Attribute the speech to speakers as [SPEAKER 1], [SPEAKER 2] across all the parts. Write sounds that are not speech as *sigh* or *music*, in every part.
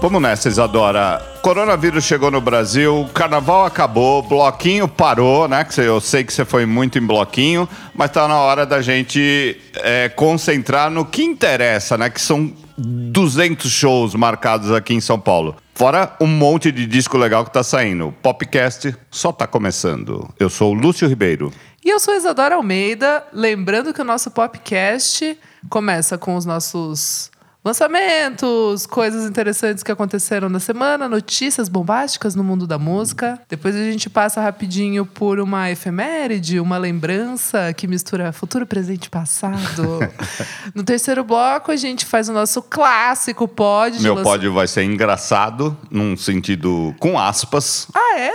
[SPEAKER 1] vamos nessa, Isadora. Coronavírus chegou no Brasil, carnaval acabou, bloquinho parou, né? Que cê- eu sei que você foi muito em bloquinho, mas tá na hora da gente é, concentrar no que interessa, né? Que são 200 shows marcados aqui em São Paulo. Fora um monte de disco legal que tá saindo. O Popcast só tá começando. Eu sou o Lúcio Ribeiro.
[SPEAKER 2] E eu sou Isadora Almeida, lembrando que o nosso podcast começa com os nossos lançamentos, coisas interessantes que aconteceram na semana, notícias bombásticas no mundo da música. Depois a gente passa rapidinho por uma efeméride, uma lembrança que mistura futuro, presente e passado. no terceiro bloco a gente faz o nosso clássico pod. de
[SPEAKER 1] Meu
[SPEAKER 2] lança-
[SPEAKER 1] pódio vai ser engraçado, num sentido com aspas.
[SPEAKER 2] Ah, é,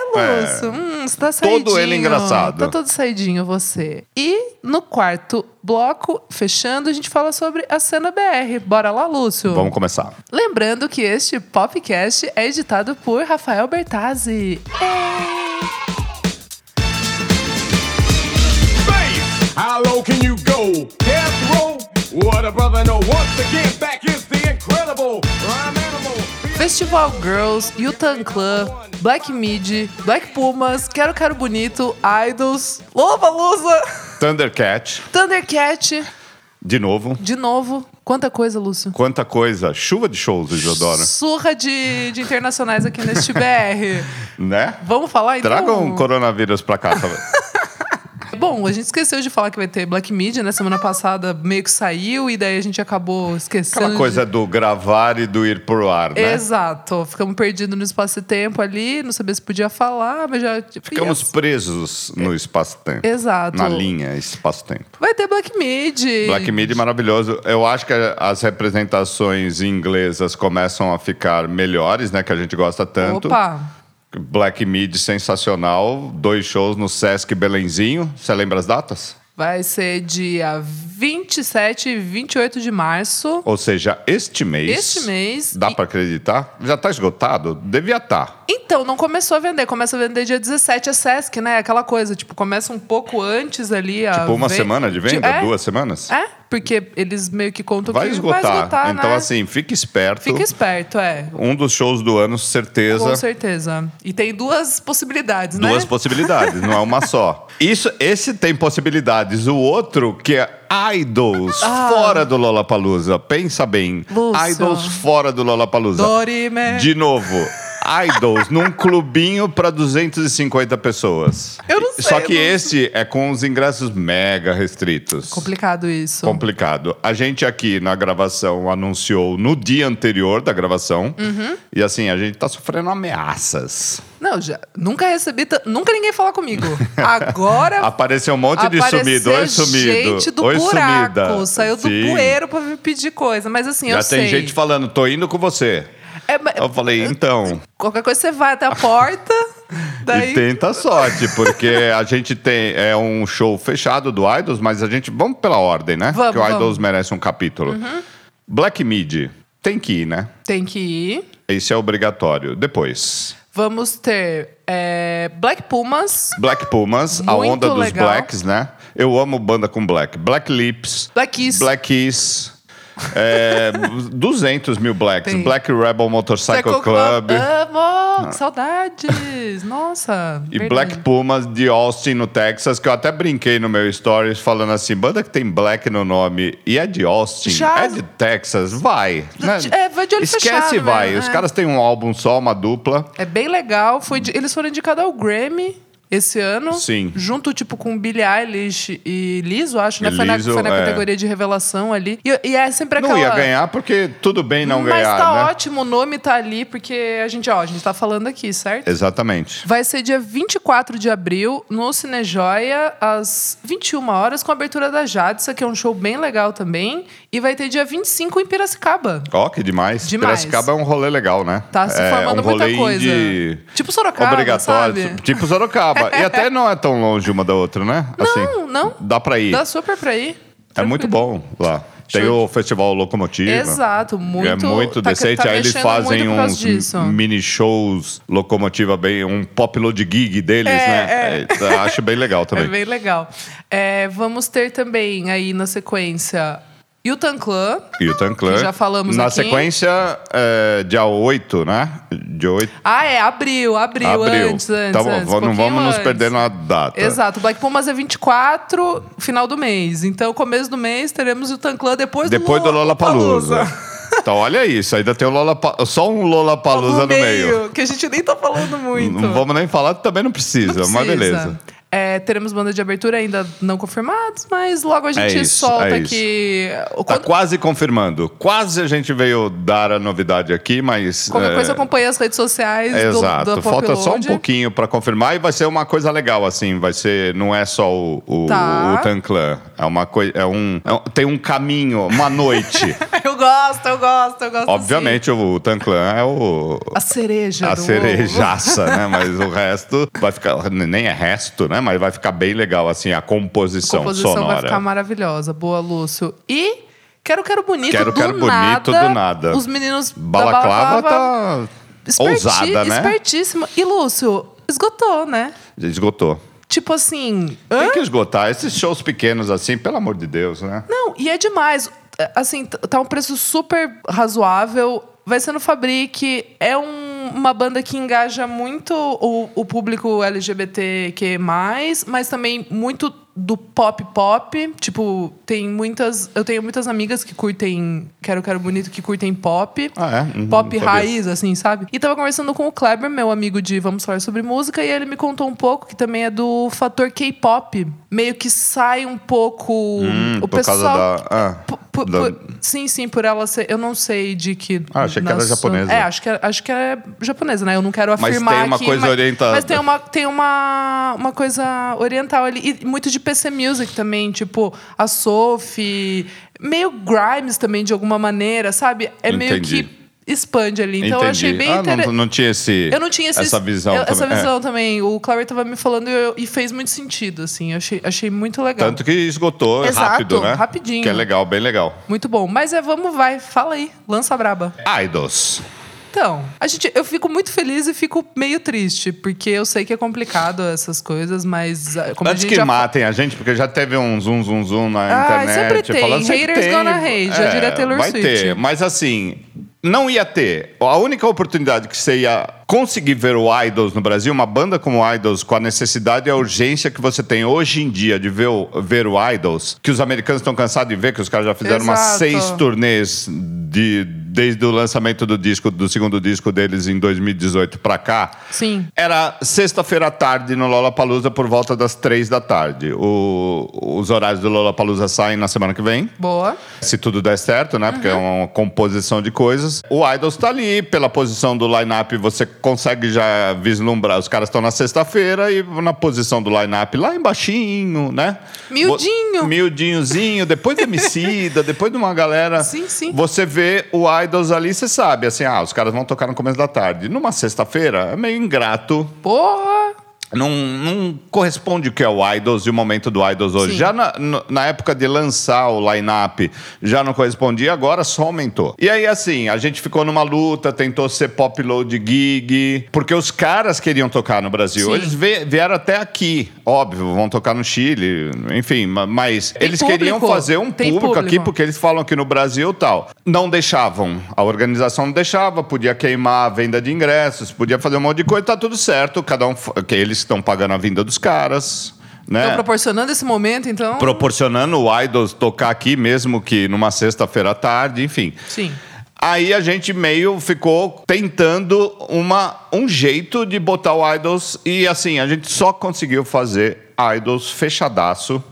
[SPEAKER 2] Lúcio? Hum, você tá saidinho.
[SPEAKER 1] Todo ele engraçado.
[SPEAKER 2] Tá todo saidinho você. E no quarto bloco, fechando, a gente fala sobre a cena BR. Bora lá, Lúcio?
[SPEAKER 1] Vamos começar.
[SPEAKER 2] Lembrando que este podcast é editado por Rafael Bertazzi.
[SPEAKER 3] space. How low can you go? Death row? What a brother! No, once again, back is the incredible rhyme animal.
[SPEAKER 2] Festival Girls, Utah Clan, Black Mid, Black Pumas, Quero Quero Bonito, Idols, Loba Lusa,
[SPEAKER 1] Thundercat,
[SPEAKER 2] Thundercat,
[SPEAKER 1] de novo.
[SPEAKER 2] de novo. Quanta coisa, Lúcio.
[SPEAKER 1] Quanta coisa. Chuva de shows, Isadora.
[SPEAKER 2] Surra de, de internacionais aqui
[SPEAKER 1] *laughs*
[SPEAKER 2] neste BR.
[SPEAKER 1] Né?
[SPEAKER 2] Vamos falar então?
[SPEAKER 1] Traga um coronavírus pra cá. tá?
[SPEAKER 2] *laughs* Bom, a gente esqueceu de falar que vai ter Black Media, né? Semana passada meio que saiu e daí a gente acabou esquecendo.
[SPEAKER 1] Aquela
[SPEAKER 2] de-
[SPEAKER 1] coisa né? do gravar e do ir pro ar, né?
[SPEAKER 2] Exato. Ficamos perdidos no espaço e tempo ali, não sabia se podia falar, mas já. tipo,
[SPEAKER 1] Ficamos
[SPEAKER 2] ia-
[SPEAKER 1] presos no espaço-tempo.
[SPEAKER 2] Exato.
[SPEAKER 1] Na linha espaço-tempo.
[SPEAKER 2] Vai ter Black Mid.
[SPEAKER 1] Black Midi maravilhoso. Eu acho que as representações inglesas começam a ficar melhores, né? Que a gente gosta tanto.
[SPEAKER 2] Opa!
[SPEAKER 1] Black Mid sensacional. Dois shows no Sesc Belenzinho. Você lembra as datas?
[SPEAKER 2] Vai ser dia 27 e 28 de março.
[SPEAKER 1] Ou seja, este mês.
[SPEAKER 2] Este mês.
[SPEAKER 1] Dá
[SPEAKER 2] E-
[SPEAKER 1] pra acreditar? Já tá esgotado? Devia tá. estar.
[SPEAKER 2] Então, não começou a vender. Começa a vender dia 17, é Sesc, né? Aquela coisa, tipo, começa um pouco antes ali. A
[SPEAKER 1] Tipo, uma
[SPEAKER 2] ve-
[SPEAKER 1] semana de venda?
[SPEAKER 2] Ah, É,
[SPEAKER 1] Duas semanas?
[SPEAKER 2] É, porque eles meio que contam
[SPEAKER 1] Vai
[SPEAKER 2] que
[SPEAKER 1] esgotar.
[SPEAKER 2] vai esgotar,
[SPEAKER 1] então,
[SPEAKER 2] né?
[SPEAKER 1] assim, fica esperto.
[SPEAKER 2] Fica esperto, é.
[SPEAKER 1] Um dos shows do ano, certeza.
[SPEAKER 2] Com certeza. E tem duas possibilidades, né?
[SPEAKER 1] Duas possibilidades, não é uma
[SPEAKER 2] *laughs*
[SPEAKER 1] só. Isso, esse tem possibilidades. O outro que é Idols fora do Lollapalooza. Pensa bem.
[SPEAKER 2] Ah. Lúcio.
[SPEAKER 1] Idols fora do Lollapalooza.
[SPEAKER 2] Dorime.
[SPEAKER 1] De novo. Idols num clubinho pra 250 pessoas.
[SPEAKER 2] Eu não sei,
[SPEAKER 1] Só que
[SPEAKER 2] eu não-
[SPEAKER 1] este é com os ingressos mega restritos.
[SPEAKER 2] Complicado isso.
[SPEAKER 1] Complicado. A gente aqui na gravação anunciou no dia anterior da gravação.
[SPEAKER 2] Uhum.
[SPEAKER 1] E assim, a gente tá sofrendo ameaças.
[SPEAKER 2] Não, já, nunca recebi... ta- Nunca ninguém
[SPEAKER 1] *laughs*
[SPEAKER 2] fala comigo. Agora...
[SPEAKER 1] Apareceu um monte de
[SPEAKER 2] apareceu
[SPEAKER 1] sumido. Oi, sumido.
[SPEAKER 2] gente do
[SPEAKER 1] Oi,
[SPEAKER 2] buraco.
[SPEAKER 1] sumida.
[SPEAKER 2] Saiu do
[SPEAKER 1] Sim.
[SPEAKER 2] bueiro pra me pedir coisa. Mas assim,
[SPEAKER 1] Já
[SPEAKER 2] eu sei.
[SPEAKER 1] tem gente falando, tô indo com você.
[SPEAKER 2] É, mas-
[SPEAKER 1] Eu falei, então.
[SPEAKER 2] Qualquer coisa você vai até a porta. daí...
[SPEAKER 1] *laughs* E tenta a sorte, porque a gente tem é um show fechado do Idols, mas a gente. Vamos pela ordem, né?
[SPEAKER 2] Vamos,
[SPEAKER 1] Porque o
[SPEAKER 2] vamos. Uhum.
[SPEAKER 1] Idols merece um capítulo. Black Mid, tem que ir, né?
[SPEAKER 2] Tem que ir.
[SPEAKER 1] Esse é obrigatório. Depois.
[SPEAKER 2] Vamos ter é, Black Pumas,
[SPEAKER 1] Black Pumas, a
[SPEAKER 2] Muito
[SPEAKER 1] onda dos
[SPEAKER 2] legal.
[SPEAKER 1] blacks, né? Eu amo banda com black. Black Lips,
[SPEAKER 2] Black Keys.
[SPEAKER 1] Black Keys, é, *laughs* 200 mil blacks.
[SPEAKER 2] Tem.
[SPEAKER 1] Black Rebel Motorcycle
[SPEAKER 2] Psycho
[SPEAKER 1] Club, Ah.
[SPEAKER 2] Amo!
[SPEAKER 1] *laughs*
[SPEAKER 2] que Saudades! Nossa!
[SPEAKER 1] e
[SPEAKER 2] verdade.
[SPEAKER 1] Black Pumas de Austin, no Texas, que eu até brinquei no meu stories falando assim, banda que tem black no nome e é de Austin,
[SPEAKER 2] Já-
[SPEAKER 1] é de Texas, vai. né?
[SPEAKER 2] É, vai de olho
[SPEAKER 1] Esquece
[SPEAKER 2] fechado,
[SPEAKER 1] vai.
[SPEAKER 2] né?
[SPEAKER 1] Os
[SPEAKER 2] É.
[SPEAKER 1] caras têm um álbum só, uma dupla.
[SPEAKER 2] É bem legal. Foi de- eles foram indicados ao Grammy esse ano.
[SPEAKER 1] Sim.
[SPEAKER 2] Junto, tipo, com Billie Eilish e Liso, acho, né?
[SPEAKER 1] E
[SPEAKER 2] Foi, na,
[SPEAKER 1] Lizzo,
[SPEAKER 2] foi na
[SPEAKER 1] é.
[SPEAKER 2] categoria de revelação ali. E, e é sempre aquela...
[SPEAKER 1] Não ia ganhar porque tudo bem não
[SPEAKER 2] Mas
[SPEAKER 1] ganhar,
[SPEAKER 2] tá
[SPEAKER 1] né?
[SPEAKER 2] ótimo, o nome tá ali, porque a gente, ó, a gente tá falando aqui, certo?
[SPEAKER 1] Exatamente.
[SPEAKER 2] Vai ser dia 24 de abril, no Cinejoia, às 21 horas, com a abertura da Jadsa, que é um show bem legal também. E vai ter dia 25 em Piracicaba.
[SPEAKER 1] Ó, que demais.
[SPEAKER 2] Demais.
[SPEAKER 1] Piracicaba é um rolê legal, né?
[SPEAKER 2] Tá se
[SPEAKER 1] é,
[SPEAKER 2] formando
[SPEAKER 1] um
[SPEAKER 2] muita
[SPEAKER 1] rolê
[SPEAKER 2] coisa.
[SPEAKER 1] indie
[SPEAKER 2] Tipo Sorocaba,
[SPEAKER 1] Obrigatório.
[SPEAKER 2] sabe?
[SPEAKER 1] Tipo Sorocaba. e
[SPEAKER 2] *laughs*
[SPEAKER 1] até não é tão longe uma da outra, né?
[SPEAKER 2] Não, não.
[SPEAKER 1] Dá pra ir.
[SPEAKER 2] Dá super pra ir.
[SPEAKER 1] É muito bom lá. Tem
[SPEAKER 2] Show.
[SPEAKER 1] o Festival Locomotiva.
[SPEAKER 2] Exato, muito.
[SPEAKER 1] é muito
[SPEAKER 2] tá-
[SPEAKER 1] decente.
[SPEAKER 2] tá
[SPEAKER 1] Aí eles
[SPEAKER 2] mexendo muito
[SPEAKER 1] fazem
[SPEAKER 2] por causa
[SPEAKER 1] uns
[SPEAKER 2] disso.
[SPEAKER 1] mini shows Locomotiva, bem, um pop load gig deles,
[SPEAKER 2] É,
[SPEAKER 1] né? É, acho bem legal
[SPEAKER 2] *laughs* É
[SPEAKER 1] também.
[SPEAKER 2] bem legal. É, vamos ter também aí na sequência E o Tanclan,
[SPEAKER 1] E o Tanclan.
[SPEAKER 2] Que já falamos
[SPEAKER 1] Na
[SPEAKER 2] aqui.
[SPEAKER 1] sequência, é, dia 8, né? Dia 8.
[SPEAKER 2] Ah, é, abril, abril,
[SPEAKER 1] Abril.
[SPEAKER 2] antes, antes.
[SPEAKER 1] tá bom,
[SPEAKER 2] antes,
[SPEAKER 1] vamos- não
[SPEAKER 2] pouquinho
[SPEAKER 1] vamos nos
[SPEAKER 2] antes.
[SPEAKER 1] perder na data.
[SPEAKER 2] Exato, o Black Pumas é 24, final do mês. Então, começo do mês, teremos o Tanclan depois,
[SPEAKER 1] Depois
[SPEAKER 2] do
[SPEAKER 1] do
[SPEAKER 2] Lola
[SPEAKER 1] Lollapalooza. Então olha isso, ainda tem o Lollapa... só um Lollapalooza no meio.
[SPEAKER 2] Que a gente nem tá falando muito.
[SPEAKER 1] Não vamos nem falar, também não precisa,
[SPEAKER 2] Não
[SPEAKER 1] mas
[SPEAKER 2] precisa.
[SPEAKER 1] beleza.
[SPEAKER 2] É, teremos banda de abertura ainda não confirmados, mas logo a gente
[SPEAKER 1] isso,
[SPEAKER 2] solta
[SPEAKER 1] é isso.
[SPEAKER 2] que.
[SPEAKER 1] Tá
[SPEAKER 2] Quando,
[SPEAKER 1] quase confirmando. Quase a gente veio dar a novidade aqui, mas.
[SPEAKER 2] Qualquer
[SPEAKER 1] é,
[SPEAKER 2] coisa acompanha as redes sociais do-
[SPEAKER 1] Exato,
[SPEAKER 2] da Pop
[SPEAKER 1] falta só um
[SPEAKER 2] Load.
[SPEAKER 1] pouquinho pra confirmar e vai ser uma coisa legal, assim. Vai ser, não é só o, o,
[SPEAKER 2] Tá.
[SPEAKER 1] o Tanclan. É uma coisa. É um, é um- tem um caminho, uma
[SPEAKER 2] *laughs*
[SPEAKER 1] noite.
[SPEAKER 2] Eu gosto, eu gosto, eu gosto.
[SPEAKER 1] Obviamente, o Tanclan é o.
[SPEAKER 2] sim. A cereja.
[SPEAKER 1] A
[SPEAKER 2] do ovo. *laughs*
[SPEAKER 1] cerejaça, né? Mas o resto vai ficar. Nem é resto, né? Mas vai ficar bem legal, assim, a composição,
[SPEAKER 2] composição
[SPEAKER 1] sonora.
[SPEAKER 2] vai ficar maravilhosa. Boa, Lúcio. E Quero Quero Bonito
[SPEAKER 1] Quero,
[SPEAKER 2] do
[SPEAKER 1] Quero Bonito,
[SPEAKER 2] nada.
[SPEAKER 1] do nada.
[SPEAKER 2] Os meninos
[SPEAKER 1] Balaclava
[SPEAKER 2] da
[SPEAKER 1] tá
[SPEAKER 2] Balaclava esperti-
[SPEAKER 1] ousada, né?
[SPEAKER 2] Espertíssima. E Lúcio, esgotou, né?
[SPEAKER 1] Esgotou.
[SPEAKER 2] Tipo assim... hã?
[SPEAKER 1] Tem que esgotar. Esses shows pequenos assim, pelo amor de Deus, né?
[SPEAKER 2] Não, e é demais. É, Assim, t- tá um preço super razoável. Vai ser no Fabric. É um- uma banda que engaja muito o, o público LGBTQ+, mas também muito do pop pop. Tipo, tem muitas... Eu tenho muitas amigas que curtem... Quero, quero bonito, que curtem pop.
[SPEAKER 1] Ah, é? Uhum,
[SPEAKER 2] Pop
[SPEAKER 1] sabia.
[SPEAKER 2] raiz raiz, assim, sabe? E tava conversando com o Kleber, meu amigo de Vamos Falar Sobre Música, e ele me contou um pouco que também é do fator K-pop. Meio que sai um pouco
[SPEAKER 1] Hum,
[SPEAKER 2] o
[SPEAKER 1] por
[SPEAKER 2] pessoal.
[SPEAKER 1] causa da. ah,
[SPEAKER 2] Pu- pu-
[SPEAKER 1] da-
[SPEAKER 2] pu- sim, sim, por ela ser. Eu não sei de que.
[SPEAKER 1] Ah, achei que era
[SPEAKER 2] nação-
[SPEAKER 1] japonesa.
[SPEAKER 2] É, acho que, é- acho que é japonesa, né? Eu não quero
[SPEAKER 1] tem
[SPEAKER 2] afirmar.
[SPEAKER 1] uma
[SPEAKER 2] aqui,
[SPEAKER 1] coisa
[SPEAKER 2] mas,
[SPEAKER 1] orientada.
[SPEAKER 2] Mas tem, uma, tem uma, uma coisa oriental ali. E muito de PC Music também, tipo, a Sophie. Meio Grimes também, de alguma maneira, sabe? É meio
[SPEAKER 1] Entendi.
[SPEAKER 2] que expande ali. Então eu achei
[SPEAKER 1] entendi.
[SPEAKER 2] bem
[SPEAKER 1] ah,
[SPEAKER 2] interessante.
[SPEAKER 1] não, não tinha esse.
[SPEAKER 2] Eu não tinha esse-
[SPEAKER 1] essa visão
[SPEAKER 2] eu-
[SPEAKER 1] também.
[SPEAKER 2] Essa
[SPEAKER 1] É.
[SPEAKER 2] visão também. O Clary tava me falando e, eu- e fez muito sentido, assim. Eu achei, achei muito legal.
[SPEAKER 1] Tanto que esgotou
[SPEAKER 2] Exato,
[SPEAKER 1] rápido, né?
[SPEAKER 2] rapidinho.
[SPEAKER 1] Que é legal, bem legal.
[SPEAKER 2] Muito bom. Mas é, vamos, vai. Fala aí. Lança a braba.
[SPEAKER 1] Idols.
[SPEAKER 2] Então, a gente, eu fico muito feliz e fico meio triste, porque eu sei que é complicado essas coisas, mas ah, como a
[SPEAKER 1] Antes
[SPEAKER 2] gente
[SPEAKER 1] que
[SPEAKER 2] já fa-
[SPEAKER 1] matem a gente, porque já teve um zoom, zoom, zoom na
[SPEAKER 2] Ah, sempre
[SPEAKER 1] internet.
[SPEAKER 2] tem.
[SPEAKER 1] falando, assim, é,
[SPEAKER 2] Haters gonna hate, já diria Taylor
[SPEAKER 1] vai
[SPEAKER 2] Swift.
[SPEAKER 1] ter, mas assim, não ia ter. A única oportunidade que você ia conseguir ver o Idols no Brasil, uma banda como o Idols, com a necessidade e a urgência que você tem hoje em dia de ver o, ver o Idols, que os americanos estão cansados de ver, que os caras já fizeram umas
[SPEAKER 2] Exato.
[SPEAKER 1] seis turnês de... Desde o lançamento do disco, do segundo disco deles em 2018 pra cá.
[SPEAKER 2] Sim.
[SPEAKER 1] Era sexta-feira à tarde no Lollapalooza por volta das três da tarde. O- os horários do Lollapalooza saem na semana que vem.
[SPEAKER 2] Boa.
[SPEAKER 1] Se tudo der certo, né? Porque
[SPEAKER 2] Uhum.
[SPEAKER 1] é uma composição de coisas. O Idols tá ali, pela posição do line-up, você consegue já vislumbrar. Os caras estão na sexta-feira e na posição do line-up, lá embaixinho, né?
[SPEAKER 2] Miudinho.
[SPEAKER 1] Vo- miudinhozinho, depois do
[SPEAKER 2] *laughs*
[SPEAKER 1] Emicida, depois de uma galera.
[SPEAKER 2] Sim, sim.
[SPEAKER 1] Você vê o Idols ali, você sabe, assim, ah, os caras vão tocar no começo da tarde. Numa sexta-feira, é meio ingrato
[SPEAKER 2] Porra!
[SPEAKER 1] não, não corresponde o que é o Idols e o momento do Idols hoje.
[SPEAKER 2] Sim.
[SPEAKER 1] Já na, no- na época de lançar o line-up, já não correspondia, agora só aumentou. E aí, assim, a gente ficou numa luta, tentou ser pop load gig, porque os caras queriam tocar no Brasil.
[SPEAKER 2] Sim.
[SPEAKER 1] Eles ve- vieram até aqui, óbvio, vão tocar no Chile, enfim, ma- mas eles queriam
[SPEAKER 2] público,
[SPEAKER 1] fazer um
[SPEAKER 2] tem
[SPEAKER 1] público aqui,
[SPEAKER 2] público.
[SPEAKER 1] porque porque eles falam que no Brasil tal. Não deixavam. A organização não deixava, podia queimar a venda de ingressos, podia fazer um monte de coisa, tá tudo certo. Cada um. fa- que eles estão pagando a vinda dos caras. Né?
[SPEAKER 2] Então, proporcionando esse momento, então.
[SPEAKER 1] Proporcionando o Idols tocar aqui, mesmo que numa sexta-feira à tarde, enfim.
[SPEAKER 2] Sim.
[SPEAKER 1] Aí a gente meio ficou tentando uma, um jeito de botar o Idols e assim, a gente só conseguiu fazer Idols fechadaço.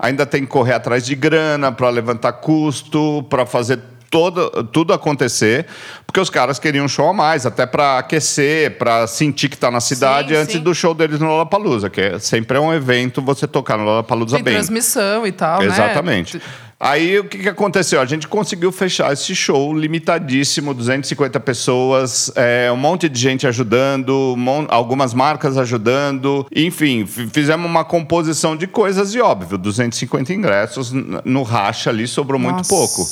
[SPEAKER 1] Ainda tem que correr atrás de grana para levantar custo, para fazer todo, tudo acontecer, porque os caras queriam um show a mais, até para aquecer, para sentir que tá na cidade
[SPEAKER 2] Sim,
[SPEAKER 1] antes
[SPEAKER 2] sim.
[SPEAKER 1] do show deles no Lollapalooza, que é, sempre é um evento você tocar no Lollapalooza
[SPEAKER 2] Tem
[SPEAKER 1] bem. né?
[SPEAKER 2] transmissão e tal,
[SPEAKER 1] Exatamente.
[SPEAKER 2] né?
[SPEAKER 1] Aí o que, que aconteceu? A gente conseguiu fechar esse show limitadíssimo, 250 pessoas, é, um monte de gente ajudando, um mon- algumas marcas ajudando, enfim, fi- fizemos uma composição de coisas e óbvio, 250 ingressos n- no racha ali sobrou muito
[SPEAKER 2] Nossa.
[SPEAKER 1] pouco.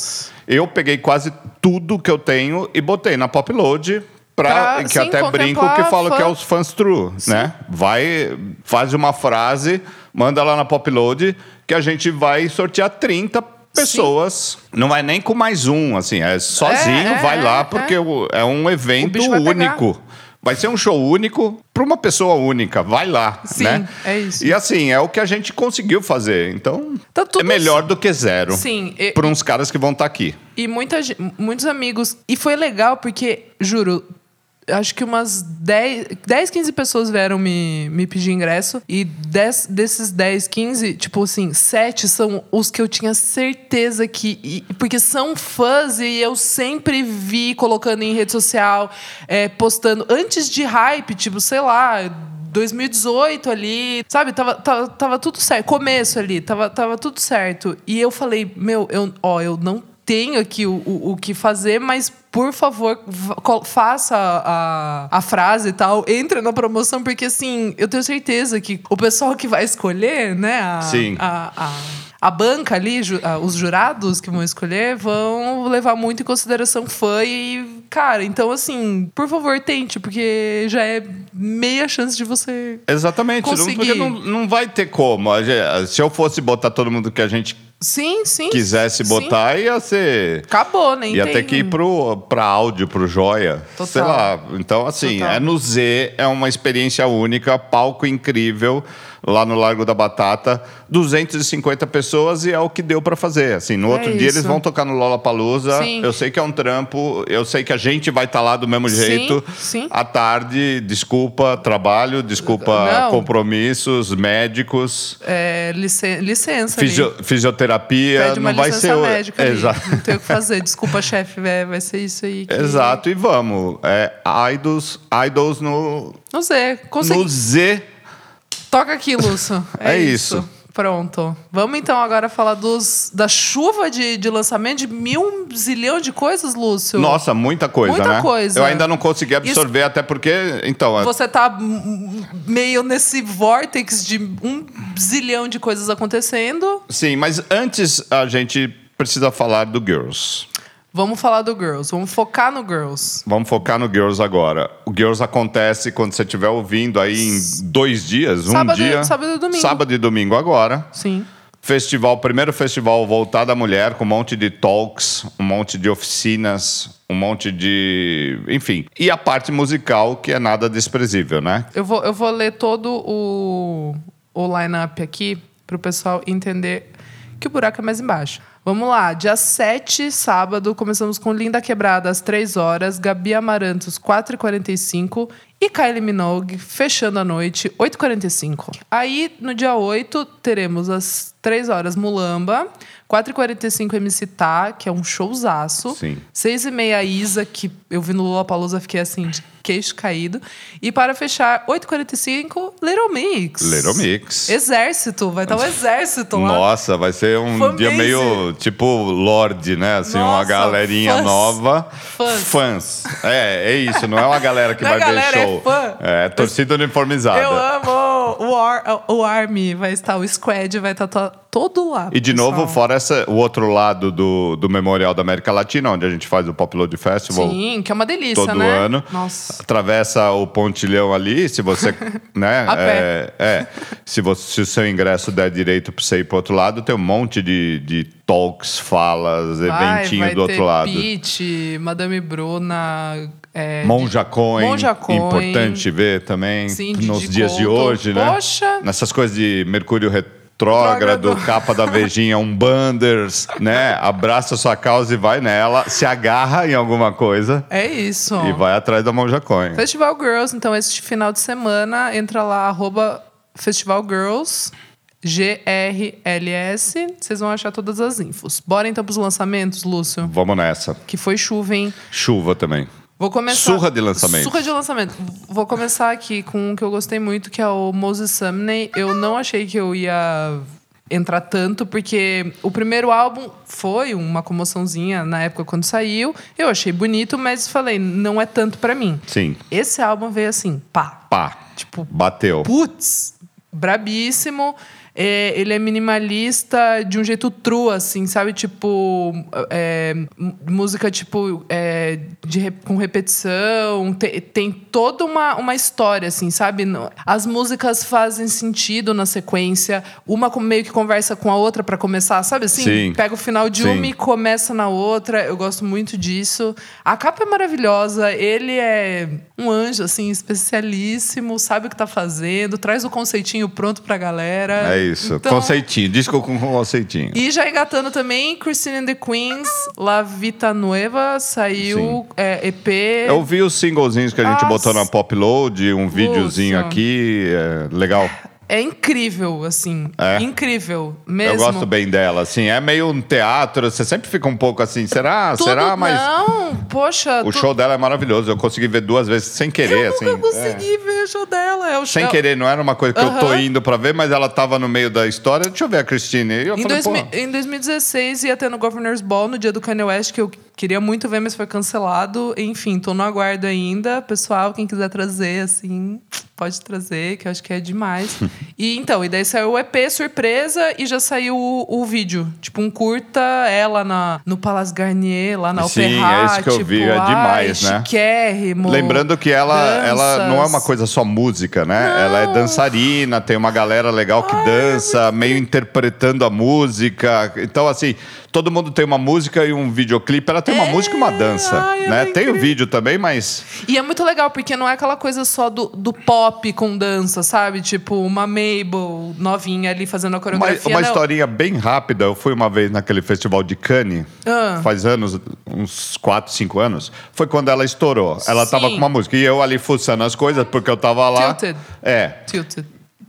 [SPEAKER 1] Eu peguei quase tudo que eu tenho e botei na Popload. Pra,
[SPEAKER 2] Pra,
[SPEAKER 1] que
[SPEAKER 2] sim,
[SPEAKER 1] até brinco que
[SPEAKER 2] contemplar
[SPEAKER 1] falo que é
[SPEAKER 2] fã.
[SPEAKER 1] os fãs true, né? Vai, faz uma frase, manda lá na Popload, que a gente vai sortear 30 pessoas. Não vai nem com mais um, assim, é sozinho,
[SPEAKER 2] É, é,
[SPEAKER 1] vai
[SPEAKER 2] é,
[SPEAKER 1] lá, porque
[SPEAKER 2] é.
[SPEAKER 1] o- é um evento
[SPEAKER 2] bicho vai
[SPEAKER 1] único. Vai ser um show único para uma pessoa única, vai lá,
[SPEAKER 2] Sim,
[SPEAKER 1] né?
[SPEAKER 2] é isso.
[SPEAKER 1] E assim, é o que a gente conseguiu fazer, então
[SPEAKER 2] Tá tudo
[SPEAKER 1] é melhor do que zero.
[SPEAKER 2] Sim, e-
[SPEAKER 1] Para uns caras que vão estar aqui.
[SPEAKER 2] E muita, ge- muitos amigos. E foi legal porque, juro, acho que umas 10, 10 15 pessoas vieram me, me pedir ingresso. E 10, desses 10, 15, tipo assim, 7 são os que eu tinha certeza que. e- porque são fãs e eu sempre vi colocando em rede social, é, postando. Antes de hype, tipo, sei lá. 2018 ali, sabe? Tava, tava, tava tudo certo. Começo ali, tava, tava tudo certo. E eu falei, meu, eu, ó, eu não tenho aqui o, o, o que fazer, mas por favor, va- co- faça a, a frase e tal, entra na promoção, porque assim, eu tenho certeza que o pessoal que vai escolher, né? a-
[SPEAKER 1] Sim.
[SPEAKER 2] a- a, a banca ali, ju- ah, os jurados que vão escolher, vão levar muito em consideração fã e, cara, então assim, por favor, tente, porque já é meia chance de você.
[SPEAKER 1] Exatamente, não-
[SPEAKER 2] Consegui.
[SPEAKER 1] porque não, não vai ter como. A ge- Se eu fosse botar todo mundo que a gente
[SPEAKER 2] Sim, sim.
[SPEAKER 1] quisesse
[SPEAKER 2] sim.
[SPEAKER 1] botar, ia ser.
[SPEAKER 2] Acabou, né?
[SPEAKER 1] Ia ter que ir pro, pra áudio, pro joia.
[SPEAKER 2] Total.
[SPEAKER 1] Sei lá. Então, assim,
[SPEAKER 2] Total.
[SPEAKER 1] é no Z, é uma experiência única, palco incrível, lá no Largo da Batata. 250 pessoas e é o que deu pra fazer. Assim, no
[SPEAKER 2] É
[SPEAKER 1] outro dia eles
[SPEAKER 2] isso.
[SPEAKER 1] vão tocar no Lollapalooza.
[SPEAKER 2] Sim.
[SPEAKER 1] Eu sei que é um trampo, eu sei que a gente vai estar lá do mesmo
[SPEAKER 2] Sim,
[SPEAKER 1] jeito.
[SPEAKER 2] sim.
[SPEAKER 1] À tarde, desculpa trabalho, desculpa
[SPEAKER 2] Não.
[SPEAKER 1] compromissos médicos,
[SPEAKER 2] É, licen- licença. ali.
[SPEAKER 1] fisio- fisioterapia.
[SPEAKER 2] Pede uma
[SPEAKER 1] não vai
[SPEAKER 2] licença
[SPEAKER 1] ser. o-
[SPEAKER 2] médica. ali.
[SPEAKER 1] Exato.
[SPEAKER 2] Não tem o que fazer. Desculpa, chefe, vai vai ser isso aí. que-
[SPEAKER 1] Exato, e vamos. É, idols, idols no,
[SPEAKER 2] Não sei, consegui.
[SPEAKER 1] no Z.
[SPEAKER 2] Toca aqui, Lúcio.
[SPEAKER 1] *laughs*
[SPEAKER 2] É,
[SPEAKER 1] É
[SPEAKER 2] isso.
[SPEAKER 1] isso.
[SPEAKER 2] Pronto. Vamos então agora falar dos, da chuva de, de lançamento de mil zilhão de coisas, Lúcio.
[SPEAKER 1] Nossa, muita coisa,
[SPEAKER 2] Muita
[SPEAKER 1] né?
[SPEAKER 2] coisa.
[SPEAKER 1] Eu ainda não consegui absorver, até porque. Então, é-
[SPEAKER 2] Você tá hum, meio nesse vórtex de um zilhão de coisas acontecendo.
[SPEAKER 1] sim, mas antes a gente precisa falar do Girls.
[SPEAKER 2] Vamos falar do Girls. Vamos focar no Girls.
[SPEAKER 1] Vamos focar no Girls agora. O Girls acontece quando você estiver ouvindo aí em dois dias,
[SPEAKER 2] Sábado-
[SPEAKER 1] um dia.
[SPEAKER 2] sábado e domingo.
[SPEAKER 1] Sábado e domingo agora.
[SPEAKER 2] Sim.
[SPEAKER 1] Festival, primeiro festival voltado à mulher, com um monte de talks, um monte de oficinas, um monte de. Enfim. E a parte musical, que é nada desprezível, né?
[SPEAKER 2] Eu vou, eu vou ler todo o, o line-up aqui para o pessoal entender que o buraco é mais embaixo. Vamos lá, dia 7, sábado, começamos com Linda Quebrada às 3 horas, Gabi Amarantos 4h45 e Kylie Minogue fechando a noite 8h45. Aí, no dia 8, teremos às 3 horas Mulamba, 4h45 MC Tá, que é um showzaço.
[SPEAKER 1] Sim.
[SPEAKER 2] Seis e meia Isa, que eu vi no Lula Palusa, fiquei assim, de queixo caído. E para fechar, 8h45, Little Mix.
[SPEAKER 1] Little Mix.
[SPEAKER 2] Exército, vai estar o exército lá.
[SPEAKER 1] Nossa, vai ser um
[SPEAKER 2] Fanbase.
[SPEAKER 1] dia meio tipo Lorde, né? Assim, uma
[SPEAKER 2] Nossa,
[SPEAKER 1] galerinha
[SPEAKER 2] fãs.
[SPEAKER 1] nova.
[SPEAKER 2] Fãs.
[SPEAKER 1] Fãs. É, é isso. Não é uma galera
[SPEAKER 2] *laughs*
[SPEAKER 1] que
[SPEAKER 2] Não é
[SPEAKER 1] vai
[SPEAKER 2] galera,
[SPEAKER 1] ver
[SPEAKER 2] é
[SPEAKER 1] show.
[SPEAKER 2] fã.
[SPEAKER 1] É, torcida uniformizada.
[SPEAKER 2] Eu amo o, Ar- o Army, vai estar o Squad, vai estar to- todo lá.
[SPEAKER 1] E de
[SPEAKER 2] pessoal.
[SPEAKER 1] novo, fora essa, o outro lado do, do Memorial da América Latina, onde a gente faz o Pop Load Festival.
[SPEAKER 2] Sim, que é uma delícia,
[SPEAKER 1] todo
[SPEAKER 2] né?
[SPEAKER 1] ano.
[SPEAKER 2] Nossa.
[SPEAKER 1] Atravessa o pontilhão ali, se
[SPEAKER 2] *laughs*
[SPEAKER 1] você, né?
[SPEAKER 2] A pé.
[SPEAKER 1] É, é. se, você, se o seu ingresso der direito para você ir pro outro lado, tem um monte de, de talks, falas,
[SPEAKER 2] Vai,
[SPEAKER 1] eventinho
[SPEAKER 2] vai
[SPEAKER 1] do outro
[SPEAKER 2] ter
[SPEAKER 1] lado.
[SPEAKER 2] Pete, Madame Bruna. É,
[SPEAKER 1] Monja Coin,
[SPEAKER 2] Monja Coin.
[SPEAKER 1] importante ver também
[SPEAKER 2] Sim,
[SPEAKER 1] nos
[SPEAKER 2] de
[SPEAKER 1] dias de
[SPEAKER 2] Couto.
[SPEAKER 1] hoje, né?
[SPEAKER 2] Poxa!
[SPEAKER 1] Nessas coisas de Mercúrio Retrógrado,
[SPEAKER 2] Retrógrado.
[SPEAKER 1] capa da Vejinha, um banders,
[SPEAKER 2] *laughs*
[SPEAKER 1] né? Abraça sua causa e vai nela, se agarra em alguma coisa
[SPEAKER 2] É isso.
[SPEAKER 1] e vai atrás da Monja Coin.
[SPEAKER 2] Festival Girls, então, este final de semana, entra lá, arroba Festival Girls, G-R-L-S. Vocês vão achar todas as infos. Bora então pros lançamentos, Lúcio.
[SPEAKER 1] Vamos nessa.
[SPEAKER 2] Que foi chuva, hein?
[SPEAKER 1] Chuva também.
[SPEAKER 2] Vou começar.
[SPEAKER 1] Surra de lançamento.
[SPEAKER 2] Surra de lançamento. Vou começar aqui com um que eu gostei muito, que é o Moses Sumney. Eu não achei que eu ia entrar tanto, porque o primeiro álbum foi uma comoçãozinha na época quando saiu. Eu achei bonito, mas falei, não é tanto pra mim.
[SPEAKER 1] Sim.
[SPEAKER 2] Esse álbum veio assim, pá.
[SPEAKER 1] Pá.
[SPEAKER 2] Tipo,
[SPEAKER 1] Bateu.
[SPEAKER 2] putz, brabíssimo. é, ele é minimalista de um jeito true, assim, sabe? Tipo, é, m- música, tipo, é, de, re- com repetição. Te- tem toda uma, uma história, assim, sabe? No- As músicas fazem sentido na sequência. Uma com- meio que conversa com a outra pra começar, sabe assim?
[SPEAKER 1] Sim.
[SPEAKER 2] Pega o final de
[SPEAKER 1] Sim.
[SPEAKER 2] uma e começa na outra. Eu gosto muito disso. A capa é maravilhosa. Ele é um anjo, assim, especialíssimo. Sabe o que tá fazendo. Traz o conceitinho pronto pra galera.
[SPEAKER 1] É isso.
[SPEAKER 2] Então-
[SPEAKER 1] Conceitinho. Disco com um conceitinho.
[SPEAKER 2] E já engatando também, Christine and the Queens, La Vita Nueva, saiu é, EP.
[SPEAKER 1] Eu vi os singlezinhos que a gente
[SPEAKER 2] Nossa.
[SPEAKER 1] botou na Pop Load, um videozinho aqui. é, legal.
[SPEAKER 2] É incrível, assim.
[SPEAKER 1] É?
[SPEAKER 2] Incrível, mesmo.
[SPEAKER 1] Eu gosto bem dela, assim. É meio um teatro, você sempre fica um pouco assim, será?
[SPEAKER 2] Tudo
[SPEAKER 1] será? Mas
[SPEAKER 2] Não, poxa.
[SPEAKER 1] o
[SPEAKER 2] tu-
[SPEAKER 1] show dela é maravilhoso. Eu consegui ver duas vezes sem querer,
[SPEAKER 2] Eu
[SPEAKER 1] assim.
[SPEAKER 2] nunca
[SPEAKER 1] é.
[SPEAKER 2] consegui ver o show dela. É o
[SPEAKER 1] Sem
[SPEAKER 2] show...
[SPEAKER 1] querer, não era uma coisa que eu tô
[SPEAKER 2] Aham.
[SPEAKER 1] indo pra ver, mas ela tava no meio da história. Deixa eu ver a Christine. E eu
[SPEAKER 2] Em,
[SPEAKER 1] falei,
[SPEAKER 2] dois,
[SPEAKER 1] pô.
[SPEAKER 2] mi- em 2016 ia ter no Governor's Ball, no dia do Kanye West, que eu queria muito ver, mas foi cancelado. Enfim, tô no aguardo ainda. Pessoal, quem quiser trazer, assim, pode trazer, que eu acho que
[SPEAKER 1] *laughs*
[SPEAKER 2] é demais. e então, e daí saiu o EP surpresa e já saiu o, o vídeo. Tipo, um curta ela na, no Palace Garnier, lá na
[SPEAKER 1] Sim,
[SPEAKER 2] Opera.
[SPEAKER 1] é isso que eu
[SPEAKER 2] tipo,
[SPEAKER 1] vi, é
[SPEAKER 2] ai,
[SPEAKER 1] demais, né?
[SPEAKER 2] Chiquérrimo,
[SPEAKER 1] Lembrando que ela, ela não é uma
[SPEAKER 2] danças.
[SPEAKER 1] coisa só música, né? Ela é dançarina, tem uma galera legal que dança, meio interpretando a música. Então, assim, todo mundo tem uma música e um videoclipe. Ela tem uma
[SPEAKER 2] É,
[SPEAKER 1] música e uma dança,
[SPEAKER 2] ai, é
[SPEAKER 1] né?
[SPEAKER 2] bem
[SPEAKER 1] Tem o
[SPEAKER 2] incrível.
[SPEAKER 1] vídeo também, mas...
[SPEAKER 2] E é muito legal, porque não é aquela coisa só do, do pop com dança, sabe? Tipo, uma Mabel novinha ali fazendo a
[SPEAKER 1] Uma,
[SPEAKER 2] coreografia. né?
[SPEAKER 1] uma
[SPEAKER 2] não.
[SPEAKER 1] historinha bem rápida. Eu fui uma vez naquele festival de Cannes,
[SPEAKER 2] Ah.
[SPEAKER 1] faz anos, uns 4, 5 anos. Foi quando ela estourou. Ela
[SPEAKER 2] Sim.
[SPEAKER 1] tava com uma música. E eu ali fuçando as coisas, porque eu tava lá.
[SPEAKER 2] Tilted.
[SPEAKER 1] É.
[SPEAKER 2] Tilted.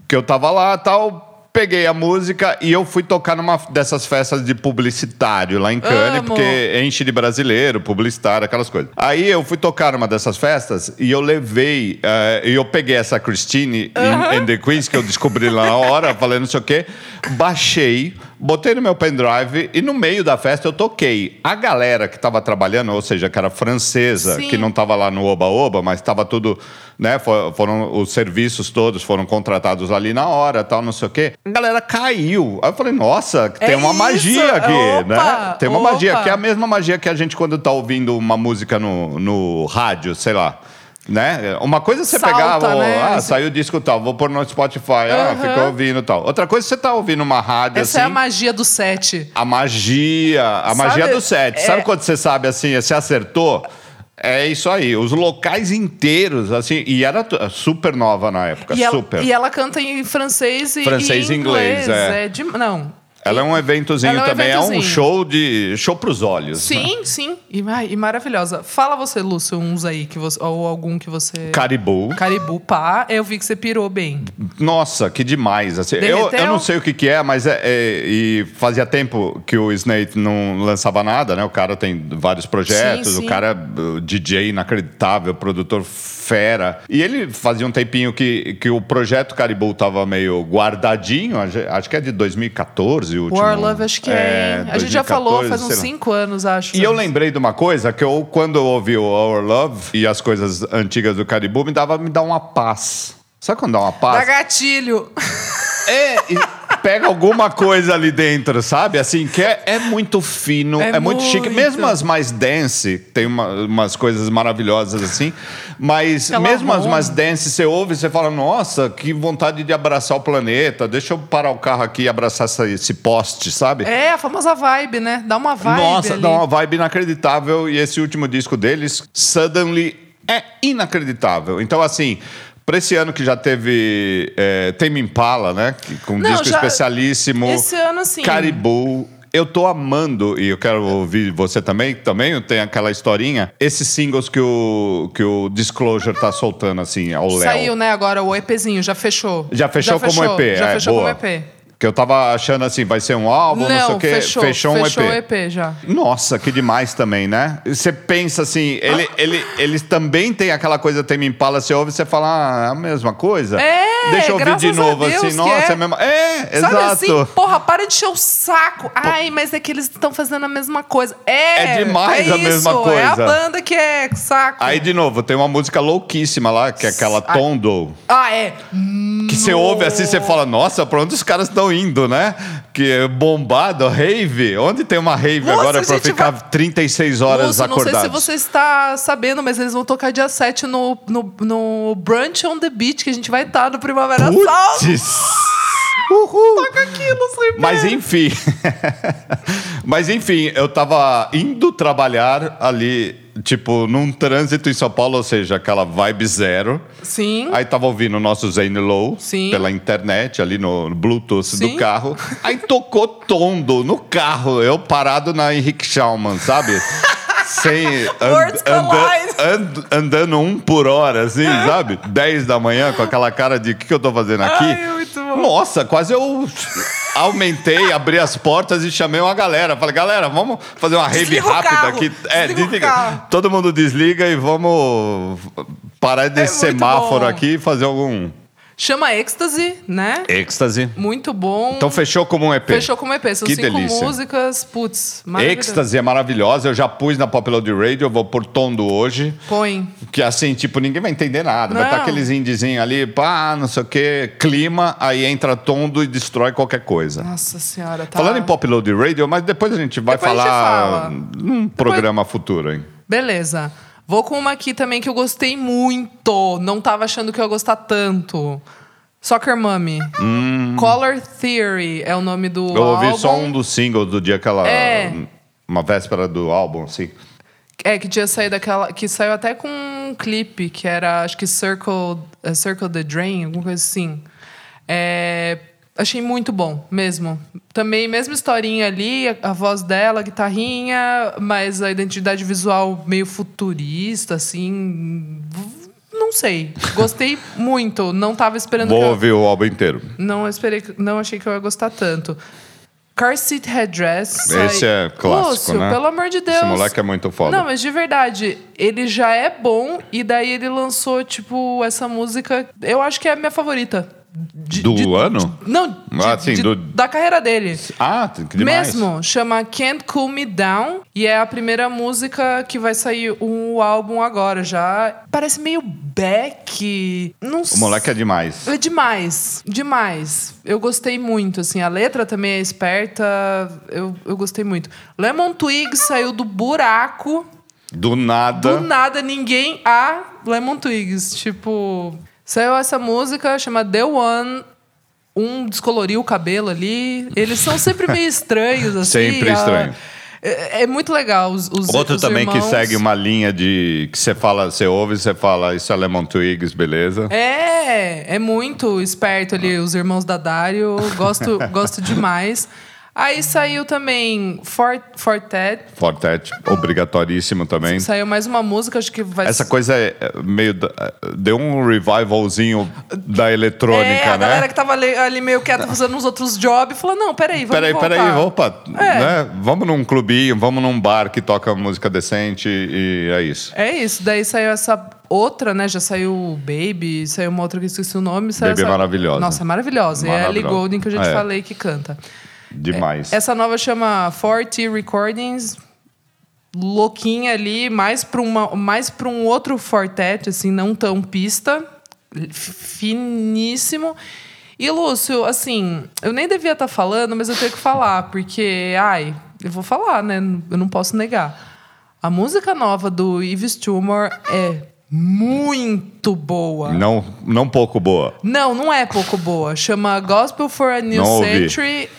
[SPEAKER 1] Que eu tava lá tal. Peguei a música e eu fui tocar numa dessas festas de publicitário lá em Cannes,
[SPEAKER 2] Amo.
[SPEAKER 1] porque enche de brasileiro, publicitário, aquelas coisas. Aí eu fui tocar numa dessas festas e eu levei, eh, e eu peguei essa Christine em and the Queens, que eu descobri lá na hora, falei não sei o quê, baixei, botei no meu pendrive e no meio da festa eu toquei. A galera que tava trabalhando, ou seja, que era francesa,
[SPEAKER 2] Sim.
[SPEAKER 1] que não tava lá no Oba-Oba, mas tava tudo, né? fo- Foram os serviços todos foram contratados ali na hora, tal, não sei o quê. A galera caiu. Aí eu falei, nossa, tem
[SPEAKER 2] É
[SPEAKER 1] uma
[SPEAKER 2] isso!
[SPEAKER 1] magia aqui, né?
[SPEAKER 2] Opa!
[SPEAKER 1] Tem uma magia,
[SPEAKER 2] Opa!
[SPEAKER 1] que é a mesma magia que a gente quando tá ouvindo uma música no, no rádio, sei lá. Né? Uma coisa você
[SPEAKER 2] Salta,
[SPEAKER 1] pegar, ó,
[SPEAKER 2] né?
[SPEAKER 1] ah, saiu o disco tal, vou pôr no Spotify, ah,
[SPEAKER 2] Aham.
[SPEAKER 1] ficou ouvindo tal. Outra coisa, você tá ouvindo uma rádio
[SPEAKER 2] Essa é a
[SPEAKER 1] assim.
[SPEAKER 2] magia do set.
[SPEAKER 1] A magia, a
[SPEAKER 2] Sabe,
[SPEAKER 1] magia do set.
[SPEAKER 2] é-
[SPEAKER 1] Sabe quando você sabe assim, você acertou? É isso aí, os locais inteiros, assim, e era tu- super nova na época,
[SPEAKER 2] E ela,
[SPEAKER 1] super.
[SPEAKER 2] e ela canta em francês e
[SPEAKER 1] Francês e
[SPEAKER 2] e inglês.
[SPEAKER 1] inglês, é.
[SPEAKER 2] de- não.
[SPEAKER 1] Ela é um eventozinho
[SPEAKER 2] Ela é um
[SPEAKER 1] também, é um
[SPEAKER 2] eventozinho.
[SPEAKER 1] show de show pros olhos. né?
[SPEAKER 2] Sim, sim. E, ai, e maravilhosa. Fala você, Lúcio, uns aí, que você, ou algum que você...
[SPEAKER 1] Caribou.
[SPEAKER 2] Caribu, pá. Eu vi que você pirou bem.
[SPEAKER 1] Nossa, que demais. assim. eu,
[SPEAKER 2] Derreteu?
[SPEAKER 1] eu não sei o que, que é, mas é, é- e fazia tempo que o Snape não lançava nada, né? O cara tem vários projetos,
[SPEAKER 2] Sim,
[SPEAKER 1] o
[SPEAKER 2] sim.
[SPEAKER 1] cara é uh, DJ inacreditável, produtor fera. E ele fazia um tempinho que, que o projeto Caribou tava meio guardadinho, acho- acho que é de 2014 o último.
[SPEAKER 2] War Love, acho que é. hein? a gente já falou
[SPEAKER 1] 2014,
[SPEAKER 2] faz
[SPEAKER 1] sei
[SPEAKER 2] uns
[SPEAKER 1] lá.
[SPEAKER 2] cinco anos, acho.
[SPEAKER 1] E eu lembrei de uma coisa que eu, quando eu ouvi o Our Love e as coisas antigas do Caribou, me dava me dá uma paz. Sabe quando dá uma paz?
[SPEAKER 2] Dá gatilho.
[SPEAKER 1] É, e pega alguma coisa ali dentro, sabe? Assim, que é, é muito fino, é,
[SPEAKER 2] É
[SPEAKER 1] muito, chique.
[SPEAKER 2] muito.
[SPEAKER 1] Mesmo as mais dance, tem uma- umas coisas maravilhosas assim, mas
[SPEAKER 2] Aquela
[SPEAKER 1] mesmo as
[SPEAKER 2] ronda.
[SPEAKER 1] mais dance, você ouve, você fala, nossa, que vontade de abraçar o planeta, deixa eu parar o carro aqui e abraçar essa- esse poste, sabe?
[SPEAKER 2] É, a famosa vibe, né? Dá uma vibe.
[SPEAKER 1] Nossa,
[SPEAKER 2] ali.
[SPEAKER 1] dá uma vibe inacreditável. E esse último disco deles, Suddenly, é inacreditável. Então, assim. Pra esse ano que já teve é, Tame Impala, né? que- Com um
[SPEAKER 2] Não,
[SPEAKER 1] disco
[SPEAKER 2] já-
[SPEAKER 1] especialíssimo.
[SPEAKER 2] Esse ano, assim.
[SPEAKER 1] Caribou. Eu tô amando, e eu quero ouvir você também, que também tem aquela historinha. Esses singles que o, que o Disclosure tá soltando, assim, ao Léo.
[SPEAKER 2] Saiu, né, agora o EPzinho, já fechou.
[SPEAKER 1] Já fechou como EP,
[SPEAKER 2] Já
[SPEAKER 1] é,
[SPEAKER 2] fechou
[SPEAKER 1] boa.
[SPEAKER 2] como EP.
[SPEAKER 1] Que eu tava achando assim, vai ser um álbum, não, sei o quê. um
[SPEAKER 2] fechou, fechou o EP já.
[SPEAKER 1] Nossa, que demais também, né? E Você pensa assim, ele, ele, eles também tem aquela coisa Tame Impala, você ouve e você fala, ah, é a mesma coisa.
[SPEAKER 2] É,
[SPEAKER 1] Deixa eu ouvir de
[SPEAKER 2] graças a
[SPEAKER 1] novo,
[SPEAKER 2] Deus
[SPEAKER 1] assim,
[SPEAKER 2] que
[SPEAKER 1] nossa, é,
[SPEAKER 2] é.
[SPEAKER 1] a mesma. É,
[SPEAKER 2] Sabe
[SPEAKER 1] exato.
[SPEAKER 2] assim, porra, para de encher o saco. Ai, mas é que eles estão fazendo a mesma coisa. É,
[SPEAKER 1] É demais
[SPEAKER 2] é
[SPEAKER 1] a mesma
[SPEAKER 2] isso, É a
[SPEAKER 1] coisa.
[SPEAKER 2] banda que é saco.
[SPEAKER 1] Aí, de novo, tem uma música louquíssima lá, que é aquela
[SPEAKER 2] Ai.
[SPEAKER 1] Tondo.
[SPEAKER 2] Ah, é.
[SPEAKER 1] que você ouve assim, você fala, nossa, pra onde os caras estão indo, né? Que é bombado, rave. Onde tem uma rave
[SPEAKER 2] Nossa,
[SPEAKER 1] agora pra
[SPEAKER 2] gente,
[SPEAKER 1] ficar
[SPEAKER 2] vai-
[SPEAKER 1] 36 horas
[SPEAKER 2] Lúcio, não sei
[SPEAKER 1] acordado?
[SPEAKER 2] se você está sabendo, mas eles vão tocar dia 7 no, no, no Brunch on the Beach, que a gente vai estar no Primavera Sound.
[SPEAKER 1] Putz! Uhul!
[SPEAKER 2] Toca aquilo, Ribeiro.
[SPEAKER 1] Mas enfim. *laughs* Mas enfim, eu tava indo trabalhar ali, tipo, num trânsito em São Paulo, ou seja, aquela vibe zero.
[SPEAKER 2] Sim.
[SPEAKER 1] Aí tava ouvindo o nosso Zane Low
[SPEAKER 2] Sim.
[SPEAKER 1] pela internet, ali no Bluetooth
[SPEAKER 2] Sim.
[SPEAKER 1] do carro. Aí tocou tondo no carro, eu parado na Henrique Schaumann,
[SPEAKER 2] *laughs*
[SPEAKER 1] sabe? Sem
[SPEAKER 2] Words collide.
[SPEAKER 1] and- andando um por hora, assim, sabe? 10 da manhã, com aquela cara de o que, que eu tô fazendo aqui?
[SPEAKER 2] Ai, muito bom.
[SPEAKER 1] Nossa, quase eu aumentei, abri as portas e chamei uma galera. Falei, galera, vamos fazer uma rave
[SPEAKER 2] Desliga o
[SPEAKER 1] rápida
[SPEAKER 2] carro,
[SPEAKER 1] aqui. É,
[SPEAKER 2] desliga o
[SPEAKER 1] desliga.
[SPEAKER 2] carro.
[SPEAKER 1] Todo mundo desliga e vamos parar de
[SPEAKER 2] É muito
[SPEAKER 1] semáforo
[SPEAKER 2] bom.
[SPEAKER 1] aqui e fazer algum
[SPEAKER 2] Chama Ecstasy, né?
[SPEAKER 1] êxtase.
[SPEAKER 2] Muito bom.
[SPEAKER 1] Então fechou como um EP.
[SPEAKER 2] Fechou como EP. São
[SPEAKER 1] Que
[SPEAKER 2] cinco
[SPEAKER 1] delícia.
[SPEAKER 2] músicas. Putz, maravilhoso.
[SPEAKER 1] Êxtase é maravilhosa, eu já pus na Pop Load Radio, eu vou pôr tondo hoje.
[SPEAKER 2] Põe.
[SPEAKER 1] Que assim, tipo, ninguém vai entender nada. Vai
[SPEAKER 2] Não.
[SPEAKER 1] estar aqueles indizinhos ali, pá, não sei o quê, clima, aí entra tondo e destrói qualquer coisa.
[SPEAKER 2] Nossa senhora, tá.
[SPEAKER 1] Falando em Pop Load Radio, mas depois a gente vai
[SPEAKER 2] Depois a gente
[SPEAKER 1] falar
[SPEAKER 2] fala.
[SPEAKER 1] num programa futuro, hein?
[SPEAKER 2] Beleza. Vou com uma aqui também que eu gostei muito. Não tava achando que eu ia gostar tanto. Soccer Mummy. Color Theory é o nome do
[SPEAKER 1] Hum. Eu ouvi
[SPEAKER 2] álbum.
[SPEAKER 1] só um dos singles do dia que ela.
[SPEAKER 2] É.
[SPEAKER 1] Uma véspera do álbum, assim.
[SPEAKER 2] É, que tinha saído daquela... Que saiu até com um clipe, que era, acho que Circle, eh, Circle the Drain, alguma coisa assim. É, achei muito bom, mesmo. Também, mesma historinha ali, a, a voz dela, a guitarrinha, mas a identidade visual meio futurista, assim... v- Não sei. Gostei *laughs* muito. Não tava esperando...
[SPEAKER 1] Vou
[SPEAKER 2] que eu-
[SPEAKER 1] ouvir o álbum inteiro.
[SPEAKER 2] não esperei, que- não achei que eu ia gostar tanto. Car Seat Headdress.
[SPEAKER 1] Esse
[SPEAKER 2] sai-
[SPEAKER 1] é clássico,
[SPEAKER 2] Lúcio,
[SPEAKER 1] né?
[SPEAKER 2] pelo amor de
[SPEAKER 1] Esse
[SPEAKER 2] Deus.
[SPEAKER 1] moleque é muito foda.
[SPEAKER 2] Não, mas de verdade, ele já é bom e daí ele lançou, tipo, essa música. Eu acho que é a minha favorita. De-
[SPEAKER 1] Do
[SPEAKER 2] de-
[SPEAKER 1] ano?
[SPEAKER 2] Não, de-
[SPEAKER 1] Ah, sim,
[SPEAKER 2] de-
[SPEAKER 1] do-
[SPEAKER 2] da carreira dele.
[SPEAKER 1] Ah, que demais.
[SPEAKER 2] Mesmo, chama Can't Cool Me Down e é a primeira música que vai sair o álbum agora já. Parece meio Beck. Não
[SPEAKER 1] O moleque é demais.
[SPEAKER 2] é demais, demais. Eu gostei muito, assim. A letra também é esperta, eu, eu gostei muito. Lemon Twig saiu do buraco,
[SPEAKER 1] Do nada.
[SPEAKER 2] do nada, ninguém a Lemon Twigs. Tipo, saiu essa música, chama The One. Um descoloriu o cabelo ali. Eles são
[SPEAKER 1] *laughs*
[SPEAKER 2] sempre meio estranhos, assim.
[SPEAKER 1] Sempre
[SPEAKER 2] a-
[SPEAKER 1] estranho.
[SPEAKER 2] É, é muito legal os, os
[SPEAKER 1] Outro
[SPEAKER 2] os
[SPEAKER 1] também
[SPEAKER 2] irmãos.
[SPEAKER 1] que segue uma linha de. que você fala, você ouve, você fala, isso é Lemon Twigs, beleza?
[SPEAKER 2] É, é muito esperto ali, os irmãos da Dario.
[SPEAKER 1] *laughs*
[SPEAKER 2] Gosto, gosto demais. Aí saiu também Fort, Fortet.
[SPEAKER 1] Fortet, obrigatoríssimo também.
[SPEAKER 2] Saiu mais uma música, acho que vai
[SPEAKER 1] Essa coisa é é meio. da- Deu um revivalzinho da eletrônica,
[SPEAKER 2] É,
[SPEAKER 1] né?
[SPEAKER 2] a galera que tava ali, ali meio quieta fazendo uns outros jobs falou: não, peraí, vamos
[SPEAKER 1] Peraí,
[SPEAKER 2] voltar.
[SPEAKER 1] peraí, opa,
[SPEAKER 2] É.
[SPEAKER 1] né? Vamos num clubinho, vamos num bar que toca música decente e é isso.
[SPEAKER 2] É isso, daí saiu essa outra, né? Já saiu o Baby, saiu uma outra que eu esqueci o nome. Saiu
[SPEAKER 1] Baby é
[SPEAKER 2] essa...
[SPEAKER 1] maravilhosa.
[SPEAKER 2] Nossa, é maravilhosa. E é a Ellie
[SPEAKER 1] Maravilhosa.
[SPEAKER 2] Golden que eu já te
[SPEAKER 1] É.
[SPEAKER 2] falei que canta.
[SPEAKER 1] Demais.
[SPEAKER 2] É, Essa nova chama 40 Recordings. Louquinha ali, mais para uma, mais para um outro fortete, assim, não tão pista, f- finíssimo. E Lúcio, assim, eu nem devia estar falando, mas eu tenho que falar, porque, ai, eu vou falar, né? Eu não posso negar. A música nova do Yves Tumor é muito boa.
[SPEAKER 1] Não, não
[SPEAKER 2] um
[SPEAKER 1] pouco boa.
[SPEAKER 2] Não, não é pouco boa. Chama Gospel for a New
[SPEAKER 1] Não ouvi.
[SPEAKER 2] Century.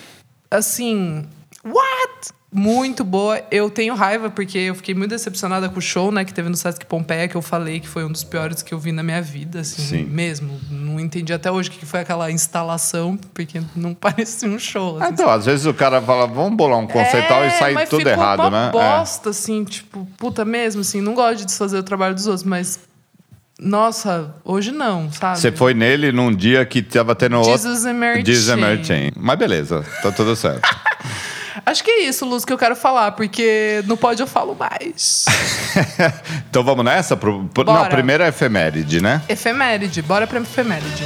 [SPEAKER 2] Assim, what? Muito boa. Eu tenho raiva porque eu fiquei muito decepcionada com o show, né, que teve no Sesc Pompeia, que eu falei que foi um dos piores que eu vi na minha vida, assim,
[SPEAKER 1] Sim.
[SPEAKER 2] mesmo. Não entendi até hoje o que foi aquela instalação, porque não *laughs* parecia um show.
[SPEAKER 1] Ah,
[SPEAKER 2] assim,
[SPEAKER 1] Então, às vezes o cara fala, vamos bolar um conceitual e sai
[SPEAKER 2] É, mas
[SPEAKER 1] tudo
[SPEAKER 2] ficou
[SPEAKER 1] errado,
[SPEAKER 2] uma
[SPEAKER 1] né? É.
[SPEAKER 2] bosta, assim, tipo, puta mesmo, assim, não gosto de desfazer o trabalho dos outros, mas nossa, hoje não, sabe?
[SPEAKER 1] Você foi nele num dia que tava tendo
[SPEAKER 2] Jesus and Mary
[SPEAKER 1] Jesus and Mary
[SPEAKER 2] Chain.
[SPEAKER 1] Chain. Mas beleza, tá tudo certo. *laughs*
[SPEAKER 2] Acho que é isso, Luz, que eu quero falar, porque no pódio eu falo mais.
[SPEAKER 1] então vamos nessa? Pro, pro- não,
[SPEAKER 2] Bora.
[SPEAKER 1] primeiro é efeméride, né?
[SPEAKER 2] *laughs* efeméride, bora pra efeméride.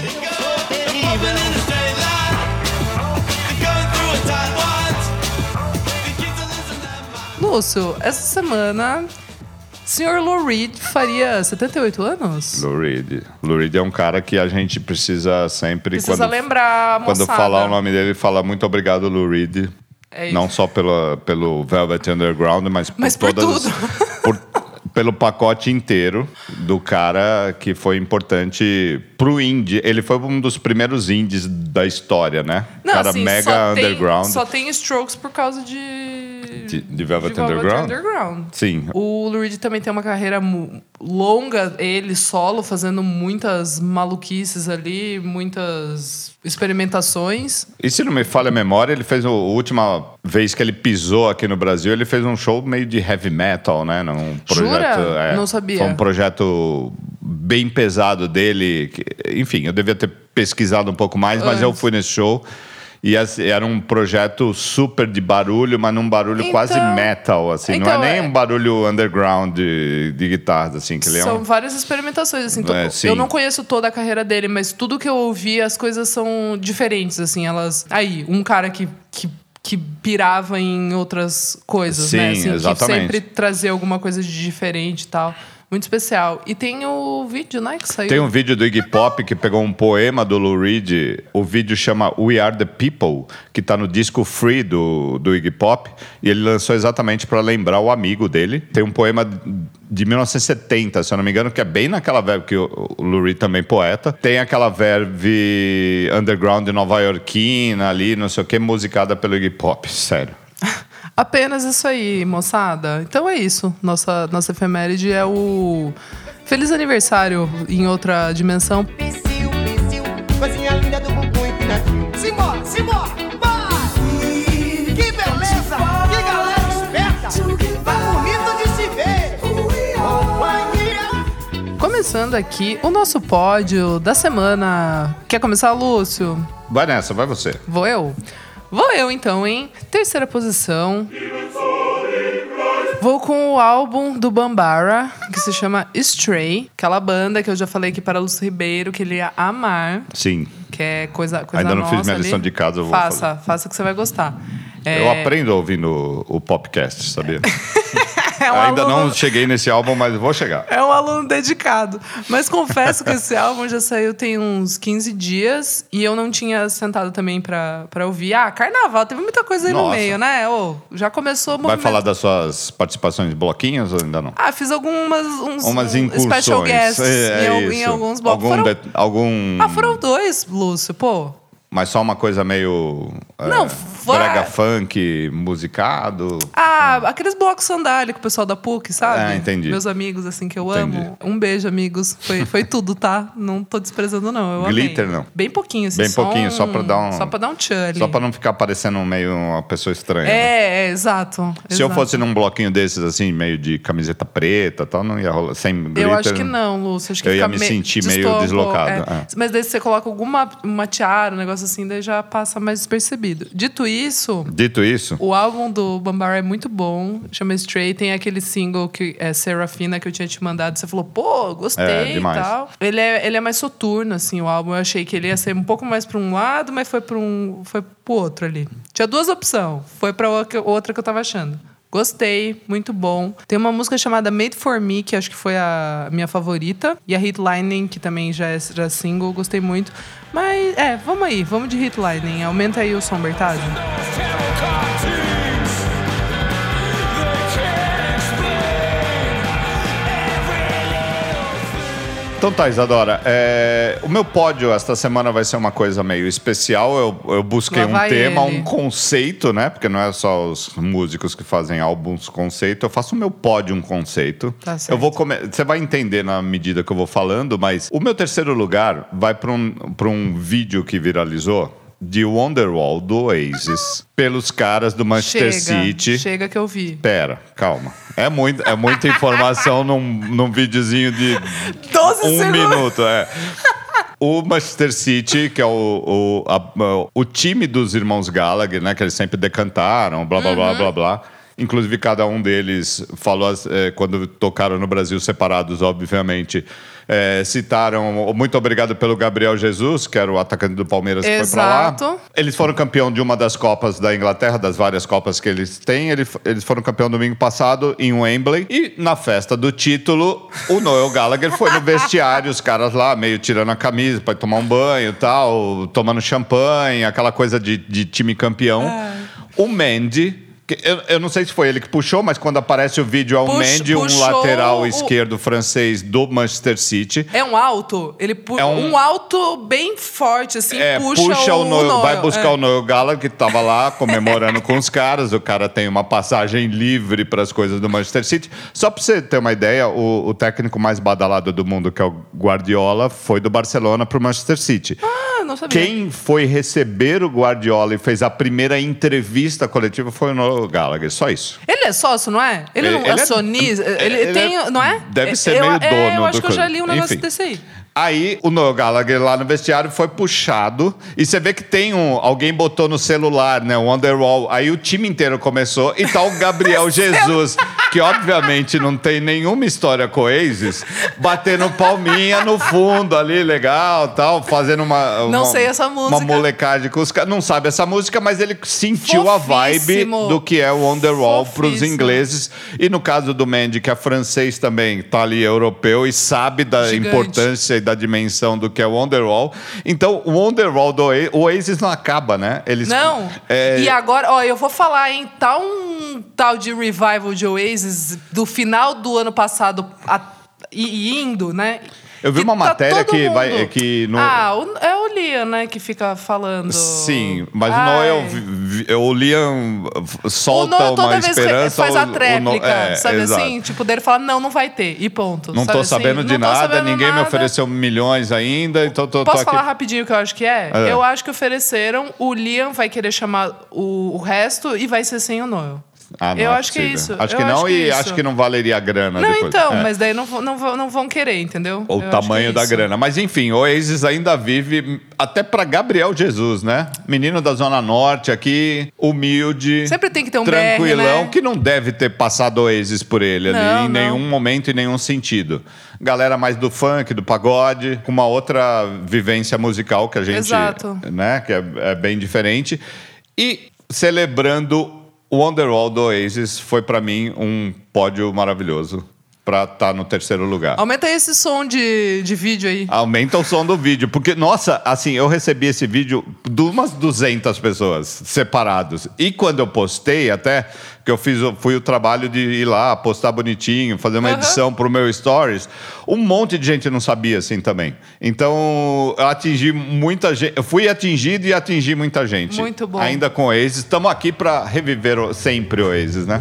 [SPEAKER 2] Lúcio, essa semana Senhor Lou Reed faria 78 anos?
[SPEAKER 1] Lou Reed. Lou Reed é um cara que a gente precisa sempre.
[SPEAKER 2] Precisa
[SPEAKER 1] quando,
[SPEAKER 2] lembrar, a
[SPEAKER 1] Quando
[SPEAKER 2] moçada.
[SPEAKER 1] falar o nome dele, fala muito obrigado, Lou Reed.
[SPEAKER 2] É isso.
[SPEAKER 1] Não só pela, pelo Velvet Underground, mas por
[SPEAKER 2] Mas por
[SPEAKER 1] todas. as- *laughs* por- pelo pacote inteiro do cara que foi importante pro indie. Ele foi um dos primeiros indies da história, né?
[SPEAKER 2] Não,
[SPEAKER 1] cara
[SPEAKER 2] assim,
[SPEAKER 1] mega
[SPEAKER 2] só tem-
[SPEAKER 1] underground.
[SPEAKER 2] só tem strokes por causa de.
[SPEAKER 1] De- de Velvet Underground? Uhum.
[SPEAKER 2] Underground.
[SPEAKER 1] Sim.
[SPEAKER 2] O Lou Reed também tem uma carreira mu- longa, ele solo, fazendo muitas maluquices ali, muitas experimentações.
[SPEAKER 1] E se não me falha a memória, ele fez o, a última vez que ele pisou aqui no Brasil, ele fez um show meio de heavy metal, né? Num projeto, é,
[SPEAKER 2] Não sabia.
[SPEAKER 1] Foi um projeto bem pesado dele. que- enfim, eu devia ter pesquisado um pouco mais, mas eu
[SPEAKER 2] Antes.
[SPEAKER 1] fui nesse show. E as- era um projeto super de barulho, mas num barulho
[SPEAKER 2] Então-
[SPEAKER 1] quase metal, assim.
[SPEAKER 2] Então,
[SPEAKER 1] não é nem
[SPEAKER 2] é-
[SPEAKER 1] um barulho underground de, de guitarra, assim, que ele é
[SPEAKER 2] São
[SPEAKER 1] um...
[SPEAKER 2] várias experimentações, assim. to-
[SPEAKER 1] É, sim.
[SPEAKER 2] eu não conheço toda a carreira dele, mas tudo que eu ouvi, as coisas são diferentes, assim. Elas. Aí, um cara que. que que pirava em outras coisas, né?
[SPEAKER 1] Sim,
[SPEAKER 2] Assim,
[SPEAKER 1] exatamente.
[SPEAKER 2] Que sempre trazia alguma coisa de diferente e tal. Muito especial. E tem o vídeo, né? Que saiu.
[SPEAKER 1] Tem um vídeo do Iggy Pop que pegou um poema do Lou Reed. O vídeo chama We Are the People, que tá no disco Free do, do Iggy Pop. E ele lançou exatamente para lembrar o amigo dele. Tem um poema de 1970, se eu não me engano, que é bem naquela verve que o, o Lou Reed também é poeta. Tem aquela verve underground nova-iorquina ali, não sei o que, musicada pelo Iggy Pop, sério.
[SPEAKER 2] Apenas isso aí, moçada. Então é isso. Nossa, nossa efeméride é o. Feliz aniversário em outra dimensão.
[SPEAKER 4] Pisiu, pisiu, coisinha linda do bumbum empinadinho. Simbora, simbora, vai! Que beleza, que galera esperta! Tá bonito de se ver! Companhia!
[SPEAKER 2] Começando aqui o nosso pódio da semana. Quer começar, Lúcio?
[SPEAKER 1] Vai nessa, vai você.
[SPEAKER 2] Vou eu? Vou eu então, hein? Terceira posição. Vou com o álbum do Bambara, que se chama Stray, aquela banda que eu já falei aqui para Lúcio Ribeiro que ele ia amar.
[SPEAKER 1] Sim.
[SPEAKER 2] Que é coisa, coisa
[SPEAKER 1] Ainda não
[SPEAKER 2] nossa
[SPEAKER 1] fiz minha
[SPEAKER 2] ali.
[SPEAKER 1] lição de casa, eu vou
[SPEAKER 2] Faça,
[SPEAKER 1] fazer.
[SPEAKER 2] faça que você vai gostar. É,
[SPEAKER 1] Eu aprendo ouvindo o podcast, sabia?
[SPEAKER 2] é um
[SPEAKER 1] Ainda
[SPEAKER 2] aluno,
[SPEAKER 1] não cheguei nesse álbum, mas vou chegar.
[SPEAKER 2] É um aluno dedicado. Mas confesso que esse *laughs* álbum já saiu tem uns 15 dias e eu não tinha sentado também pra, pra ouvir. Ah, carnaval, teve muita coisa aí no
[SPEAKER 1] Nossa.
[SPEAKER 2] meio, né? Ô, já começou o
[SPEAKER 1] Vai
[SPEAKER 2] movimento.
[SPEAKER 1] falar das suas participações em bloquinhos ou ainda não?
[SPEAKER 2] Ah, fiz algumas uns,
[SPEAKER 1] Umas
[SPEAKER 2] um
[SPEAKER 1] incursões.
[SPEAKER 2] special guests
[SPEAKER 1] é,
[SPEAKER 2] em,
[SPEAKER 1] é
[SPEAKER 2] al- em
[SPEAKER 1] isso.
[SPEAKER 2] alguns blocos.
[SPEAKER 1] Algum,
[SPEAKER 2] Foram-
[SPEAKER 1] de- algum-
[SPEAKER 2] Ah, foram dois, Lúcio, pô.
[SPEAKER 1] Mas só uma coisa meio... é,
[SPEAKER 2] Não, foi-
[SPEAKER 1] Brega funk, musicado.
[SPEAKER 2] Ah, aqueles blocos sandália que o pessoal da PUC, sabe?
[SPEAKER 1] Hum. Ah, entendi.
[SPEAKER 2] Meus amigos, assim, que eu
[SPEAKER 1] Entendi.
[SPEAKER 2] amo. Um beijo, amigos. Foi, foi tudo, tá? Não tô desprezando, não. Eu amei.
[SPEAKER 1] Glitter, não.
[SPEAKER 2] Bem pouquinho, assim.
[SPEAKER 1] Bem pouquinho, só pra dar um-
[SPEAKER 2] Só pra dar um tchan ali.
[SPEAKER 1] Só pra não ficar parecendo meio uma pessoa estranha. né?
[SPEAKER 2] É, é, exato.
[SPEAKER 1] Se eu
[SPEAKER 2] exato.
[SPEAKER 1] fosse num bloquinho desses, assim, meio de camiseta preta e tal, não ia rolar. Sem glitter. né?
[SPEAKER 2] Eu acho que não, Lúcio. Acho que
[SPEAKER 1] Eu ia
[SPEAKER 2] fica
[SPEAKER 1] me
[SPEAKER 2] me-
[SPEAKER 1] sentir meio
[SPEAKER 2] destoa um pouco,
[SPEAKER 1] deslocado,
[SPEAKER 2] é.
[SPEAKER 1] é.
[SPEAKER 2] Mas daí você coloca alguma uma tiara, um negócio assim, daí já passa mais despercebido. Dito isso,
[SPEAKER 1] Dito isso,
[SPEAKER 2] O álbum do Bambara é muito bom, chama Stray. Tem aquele single que é Serafina que eu tinha te mandado. Você falou, pô, gostei
[SPEAKER 1] É,
[SPEAKER 2] e
[SPEAKER 1] demais.
[SPEAKER 2] tal. Ele é, ele é mais soturno, assim, o álbum. Eu achei que ele ia ser um pouco mais pra um lado, mas foi para um. Foi pro outro ali. Tinha duas opções. Foi pra o- outra que eu tava achando. Gostei, muito bom. Tem uma música chamada Made For Me, que acho que foi a minha favorita. E a Hitlining, que também já é, já é single, gostei muito. Mas, é, vamos aí, vamos de Hitlining. Aumenta aí o som, Bertazzi.
[SPEAKER 1] Então tá, Isadora. é, o meu pódio esta semana vai ser uma coisa meio especial. Eu, eu busquei
[SPEAKER 2] Lá
[SPEAKER 1] um
[SPEAKER 2] vai
[SPEAKER 1] tema,
[SPEAKER 2] ele.
[SPEAKER 1] um conceito, né? Porque não é só os músicos que fazem álbuns conceito. Eu faço o meu pódio um conceito.
[SPEAKER 2] Tá certo.
[SPEAKER 1] Eu vou come- Você vai entender na medida que eu vou falando, mas o meu terceiro lugar vai para um, pra um vídeo que viralizou de Wonderwall do Oasis pelos caras do Manchester City.
[SPEAKER 2] Chega que eu vi.
[SPEAKER 1] Pera, calma. É, muito, é muita informação num, num videozinho de
[SPEAKER 2] 12
[SPEAKER 1] um
[SPEAKER 2] segundos.
[SPEAKER 1] minuto, é. O Manchester City, que é o, o, a- o time dos irmãos Gallagher, né? Que eles sempre decantaram, blá, blá, blá, blá, blá. Inclusive, cada um deles falou, as- eh, quando tocaram no Brasil separados, obviamente, eh, citaram muito obrigado pelo Gabriel Jesus, que era o atacante do Palmeiras que foi pra lá.
[SPEAKER 2] Exato.
[SPEAKER 1] Eles foram campeão de uma das Copas da Inglaterra, das várias Copas que eles têm. Ele- Eles foram campeão domingo passado em Wembley. E na festa do título, o Noel Gallagher foi no vestiário, os caras lá meio tirando a camisa para tomar um banho e tal, tomando champanhe, aquela coisa de, de time campeão.
[SPEAKER 2] É.
[SPEAKER 1] O Mandy. que Eu, eu não sei se foi ele que puxou, mas quando aparece o vídeo é o
[SPEAKER 2] Pux-
[SPEAKER 1] Mendy, um
[SPEAKER 2] puxou
[SPEAKER 1] lateral
[SPEAKER 2] o-
[SPEAKER 1] esquerdo francês do Manchester City.
[SPEAKER 2] É um alto. Ele pu-
[SPEAKER 1] É um-
[SPEAKER 2] um... alto bem forte, assim,
[SPEAKER 1] É, puxa,
[SPEAKER 2] puxa,
[SPEAKER 1] o, Noel, vai buscar
[SPEAKER 2] é.
[SPEAKER 1] o Noel Gallagher, que tava lá comemorando com os caras. O cara tem uma passagem livre para as coisas do Manchester City. Só para você ter uma ideia, o, o técnico mais badalado do mundo, que é o Guardiola, foi do Barcelona para o Manchester City.
[SPEAKER 2] Ah, não sabia.
[SPEAKER 1] Quem foi receber o Guardiola e fez a primeira entrevista coletiva foi o Noel Gallagher, só isso.
[SPEAKER 2] Ele é sócio, não é? Ele, não
[SPEAKER 1] Ele
[SPEAKER 2] é
[SPEAKER 1] é-
[SPEAKER 2] acionista. Ele,
[SPEAKER 1] ele
[SPEAKER 2] tem.
[SPEAKER 1] é-
[SPEAKER 2] não é?
[SPEAKER 1] deve ser
[SPEAKER 2] eu,
[SPEAKER 1] meio
[SPEAKER 2] é,
[SPEAKER 1] dono
[SPEAKER 2] Eu acho
[SPEAKER 1] do
[SPEAKER 2] que eu já
[SPEAKER 1] coisa.
[SPEAKER 2] li um negócio
[SPEAKER 1] Enfim.
[SPEAKER 2] desse aí.
[SPEAKER 1] Aí o Noel Gallagher lá no vestiário foi puxado e você vê que tem um alguém botou no celular, né, o Underwall. Aí o time inteiro começou e tá o
[SPEAKER 2] *laughs*
[SPEAKER 1] Gabriel Jesus, que obviamente não tem nenhuma história com o Oasis, batendo palminha no fundo ali, legal, tal, fazendo uma
[SPEAKER 2] Não
[SPEAKER 1] uma-
[SPEAKER 2] sei essa
[SPEAKER 1] uma
[SPEAKER 2] música.
[SPEAKER 1] molecagem com os caras, não sabe essa música, mas ele sentiu a vibe
[SPEAKER 2] Fofíssimo.
[SPEAKER 1] do que é o Underwall pros
[SPEAKER 2] Fofíssimo.
[SPEAKER 1] ingleses. E no caso do Mandy, que é francês também, tá ali europeu e sabe da
[SPEAKER 2] Gigante.
[SPEAKER 1] importância importância e da dimensão do que é o Wonderwall. Então, o Wonderwall do Oa- o Oasis não acaba, né? Eles
[SPEAKER 2] Não.
[SPEAKER 1] É,
[SPEAKER 2] E agora, ó, eu vou falar, hein? Tá um tal de revival de Oasis do final do ano passado a- e, e indo, né?
[SPEAKER 1] Eu vi
[SPEAKER 2] Que
[SPEAKER 1] uma
[SPEAKER 2] tá
[SPEAKER 1] matéria
[SPEAKER 2] todo
[SPEAKER 1] que vai-
[SPEAKER 2] mundo-
[SPEAKER 1] que no-
[SPEAKER 2] Ah, o- é o Liam, né, que fica falando.
[SPEAKER 1] Sim, mas o
[SPEAKER 2] Ai.
[SPEAKER 1] Noel, vi- vi- o Liam eh,
[SPEAKER 2] O
[SPEAKER 1] solta
[SPEAKER 2] Noel
[SPEAKER 1] uma
[SPEAKER 2] toda vez que
[SPEAKER 1] esperança.
[SPEAKER 2] faz
[SPEAKER 1] o-
[SPEAKER 2] a
[SPEAKER 1] o No-
[SPEAKER 2] tréplica,
[SPEAKER 1] é,
[SPEAKER 2] sabe
[SPEAKER 1] exato.
[SPEAKER 2] assim? Tipo, dele fala, não, não vai ter, e ponto.
[SPEAKER 1] Não
[SPEAKER 2] sabe
[SPEAKER 1] tô
[SPEAKER 2] assim?
[SPEAKER 1] sabendo de
[SPEAKER 2] Não tô
[SPEAKER 1] nada,
[SPEAKER 2] sabendo
[SPEAKER 1] ninguém me
[SPEAKER 2] nada.
[SPEAKER 1] ofereceu milhões ainda, então tô, tô
[SPEAKER 2] Posso
[SPEAKER 1] aqui.
[SPEAKER 2] falar rapidinho o que eu acho que é?
[SPEAKER 1] É.
[SPEAKER 2] Eu acho que ofereceram, o Liam vai querer chamar o, o resto e vai ser sem o Noel.
[SPEAKER 1] Ah, não
[SPEAKER 2] eu
[SPEAKER 1] é
[SPEAKER 2] acho que é
[SPEAKER 1] possível.
[SPEAKER 2] isso.
[SPEAKER 1] Acho
[SPEAKER 2] Eu
[SPEAKER 1] que não
[SPEAKER 2] acho que
[SPEAKER 1] e
[SPEAKER 2] é
[SPEAKER 1] acho
[SPEAKER 2] isso.
[SPEAKER 1] que não valeria a grana
[SPEAKER 2] Não,
[SPEAKER 1] depois.
[SPEAKER 2] então,
[SPEAKER 1] É.
[SPEAKER 2] mas daí não, vão- não, vão- não vão querer, entendeu?
[SPEAKER 1] Ou o
[SPEAKER 2] Eu acho que
[SPEAKER 1] tamanho
[SPEAKER 2] é
[SPEAKER 1] da
[SPEAKER 2] isso.
[SPEAKER 1] grana. Mas enfim, o Oasis ainda vive até pra Gabriel Jesus, né? Menino da Zona Norte aqui, humilde.
[SPEAKER 2] Sempre tem que ter um
[SPEAKER 1] Tranquilão,
[SPEAKER 2] BR, né?
[SPEAKER 1] que não deve ter passado Oasis por ele ali,
[SPEAKER 2] Não,
[SPEAKER 1] em
[SPEAKER 2] não.
[SPEAKER 1] nenhum momento, em nenhum sentido. Galera mais do funk, do pagode, com uma outra vivência musical que a gente.
[SPEAKER 2] Exato.
[SPEAKER 1] Né? Que é, é bem diferente. E celebrando o Wonderwall do Oasis foi pra mim um pódio maravilhoso pra estar no terceiro lugar.
[SPEAKER 2] Aumenta aí esse som de, de vídeo aí.
[SPEAKER 1] Aumenta o som do vídeo, porque, nossa, assim, eu recebi esse vídeo de umas 200 pessoas separados. E quando eu postei, até que eu fiz, o- fui o trabalho de ir lá, postar bonitinho, fazer uma
[SPEAKER 2] Aham.
[SPEAKER 1] edição pro meu stories, um monte de gente não sabia, assim, também. Então, eu atingi muita gente, eu fui atingido e atingi muita gente.
[SPEAKER 2] Muito bom.
[SPEAKER 1] Ainda com o Oasis, estamos aqui para reviver o- sempre o Oasis, né?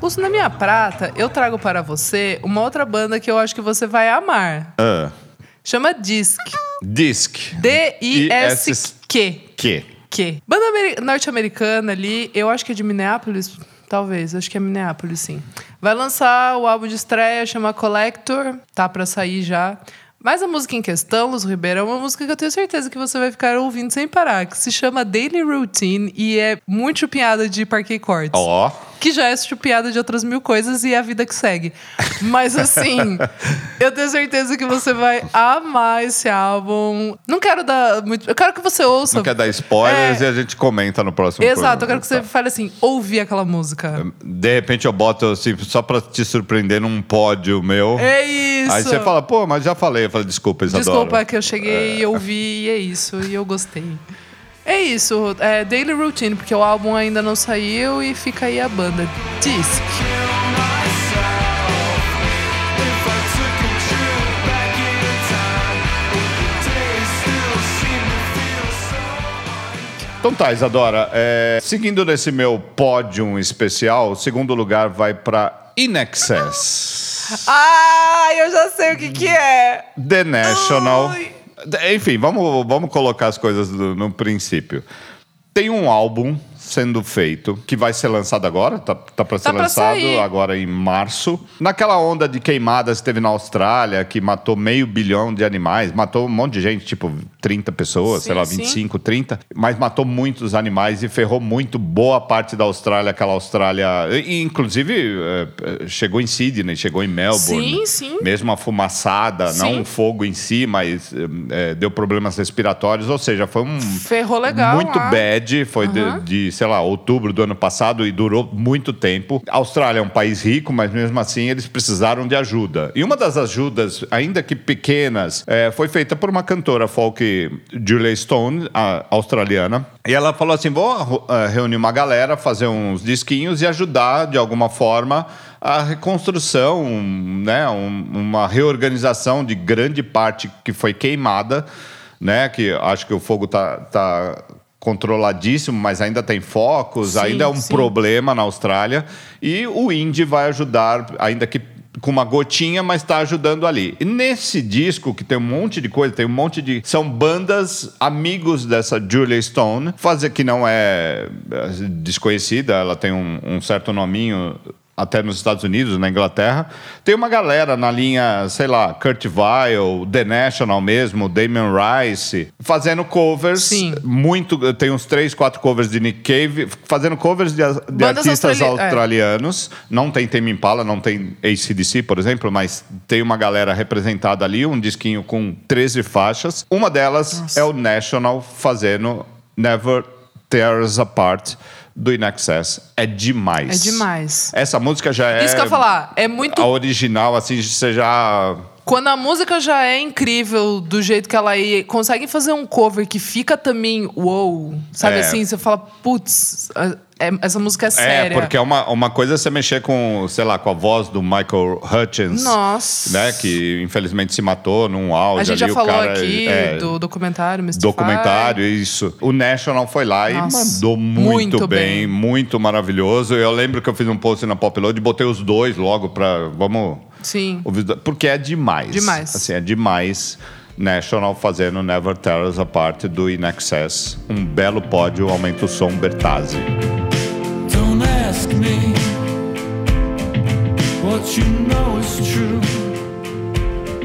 [SPEAKER 2] Pulso na minha prata, eu trago para você uma outra banda que eu acho que você vai amar.
[SPEAKER 1] Ah,
[SPEAKER 2] Chama Disc.
[SPEAKER 1] Disc.
[SPEAKER 2] D-I-S-Q.
[SPEAKER 1] Que?
[SPEAKER 2] Que? Banda ameri- norte-americana ali, eu acho que é de Minneapolis, talvez, acho que é Minneapolis, sim. Vai lançar o álbum de estreia, chama Collector, tá pra sair já. Mas a música em questão, Luz Ribeiro, é uma música que eu tenho certeza que você vai ficar ouvindo sem parar, que se chama Daily Routine e é muito chupinhada de Parquet Courts.
[SPEAKER 1] Ó.
[SPEAKER 2] Que já é chupiada de outras mil coisas e é a vida que segue.
[SPEAKER 1] *laughs*
[SPEAKER 2] Mas assim, eu tenho certeza que você vai amar esse álbum. Não quero dar muito. Eu quero que você ouça.
[SPEAKER 1] Não quer dar spoilers
[SPEAKER 2] É.
[SPEAKER 1] e a gente comenta no próximo
[SPEAKER 2] Exato, eu
[SPEAKER 1] programa. tá?
[SPEAKER 2] quero que você fale assim, ouvi aquela música.
[SPEAKER 1] De repente eu boto assim, só pra te surpreender num pódio meu.
[SPEAKER 2] É isso.
[SPEAKER 1] Aí você fala, pô, mas já falei. Eu falo, desculpa, Isadora.
[SPEAKER 2] Desculpa é que eu cheguei e ouvi e é isso, e eu gostei. É isso, é Daily Routine, porque o álbum ainda não saiu e fica aí a banda. Disc.
[SPEAKER 1] Então tá, Isadora. é, seguindo nesse meu pódio especial, o segundo lugar vai pra In Excess.
[SPEAKER 2] Ah, eu já sei o que que é.
[SPEAKER 1] The National.
[SPEAKER 2] Ai.
[SPEAKER 1] Enfim, vamos, vamos colocar as coisas do- no princípio. Tem um álbum sendo feito, que vai ser lançado agora, tá, tá para ser
[SPEAKER 2] Tá pra
[SPEAKER 1] lançado
[SPEAKER 2] sair.
[SPEAKER 1] agora em março. Naquela onda de queimadas que teve na Austrália, que matou meio bilhão de animais, matou um monte de gente, tipo 30 pessoas,
[SPEAKER 2] Sim,
[SPEAKER 1] sei lá,
[SPEAKER 2] sim.
[SPEAKER 1] 25, 30, mas matou muitos animais e ferrou muito boa parte da Austrália, aquela Austrália. e- e, inclusive, eh, eh, chegou em Sydney, chegou em Melbourne.
[SPEAKER 2] Sim, sim.
[SPEAKER 1] Mesmo a fumaçada, não
[SPEAKER 2] Sim.
[SPEAKER 1] o fogo em si, mas eh, eh, deu problemas respiratórios, ou seja, foi um
[SPEAKER 2] Ferrou legal ah.
[SPEAKER 1] muito
[SPEAKER 2] lá.
[SPEAKER 1] bad, foi de-
[SPEAKER 2] Aham.
[SPEAKER 1] de, sei lá, outubro do ano passado e durou muito tempo. A Austrália é um país rico, mas mesmo assim eles precisaram de ajuda. E uma das ajudas, ainda que pequenas, eh, foi feita por uma cantora folk, Julia Stone, a- australiana. E ela falou assim: vou arru- eh, reunir uma galera, fazer uns disquinhos e ajudar de alguma forma a reconstrução, né, um- uma reorganização de grande parte que foi queimada, né, que acho que o fogo tá, tá controladíssimo, mas ainda tem focos,
[SPEAKER 2] Sim,
[SPEAKER 1] ainda é um
[SPEAKER 2] sim.
[SPEAKER 1] problema na Austrália. E o Indy vai ajudar, ainda que com uma gotinha, mas está ajudando ali. E nesse disco, que tem um monte de coisa, tem um monte de... São bandas amigos dessa Julia Stone, fazer que não é eh, desconhecida, ela tem um, um certo nominho até nos Estados Unidos, na Inglaterra. Tem uma galera na linha, sei lá, Kurt Vile, The National mesmo, Damon Rice, fazendo covers
[SPEAKER 2] Sim.
[SPEAKER 1] muito. Tem uns três, quatro covers de Nick Cave, fazendo covers de, a- de
[SPEAKER 2] Bandas
[SPEAKER 1] artistas
[SPEAKER 2] australi- é.
[SPEAKER 1] australianos. Não tem Tame Impala, não tem ACDC, por exemplo, mas tem uma galera representada ali, um disquinho com 13 faixas. Uma delas é o National fazendo Never Tear Us Apart do In Excess. É demais.
[SPEAKER 2] É demais.
[SPEAKER 1] Essa música já é.
[SPEAKER 2] Isso que eu ia falar. É muito.
[SPEAKER 1] A original, assim, você já.
[SPEAKER 2] Quando a música já é incrível do jeito que ela é, conseguem fazer um cover que fica também uou. Sabe
[SPEAKER 1] É.
[SPEAKER 2] assim? Você fala, putz, é- é- essa música é
[SPEAKER 1] É,
[SPEAKER 2] séria.
[SPEAKER 1] porque é uma, uma coisa é você mexer com, sei lá, com a voz do Michael Hutchins.
[SPEAKER 2] Nossa.
[SPEAKER 1] Né, que infelizmente se matou num áudio
[SPEAKER 2] A gente
[SPEAKER 1] ali.
[SPEAKER 2] já
[SPEAKER 1] o
[SPEAKER 2] falou
[SPEAKER 1] cara,
[SPEAKER 2] aqui
[SPEAKER 1] é,
[SPEAKER 2] do documentário, Mystify.
[SPEAKER 1] documentário, isso. O National foi lá
[SPEAKER 2] Nossa,
[SPEAKER 1] e mandou muito,
[SPEAKER 2] muito
[SPEAKER 1] bem,
[SPEAKER 2] bem.
[SPEAKER 1] muito maravilhoso. Eu lembro que eu fiz um post na Popload e botei os dois logo pra... Vamos...
[SPEAKER 2] Sim.
[SPEAKER 1] ouvir os dois, Porque é demais.
[SPEAKER 2] Demais.
[SPEAKER 1] Assim, é demais. National fazendo Never Tear Us Apart do In Excess. Um belo pódio, aumenta o som, Bertazzi.
[SPEAKER 5] Don't ask me what you know is true.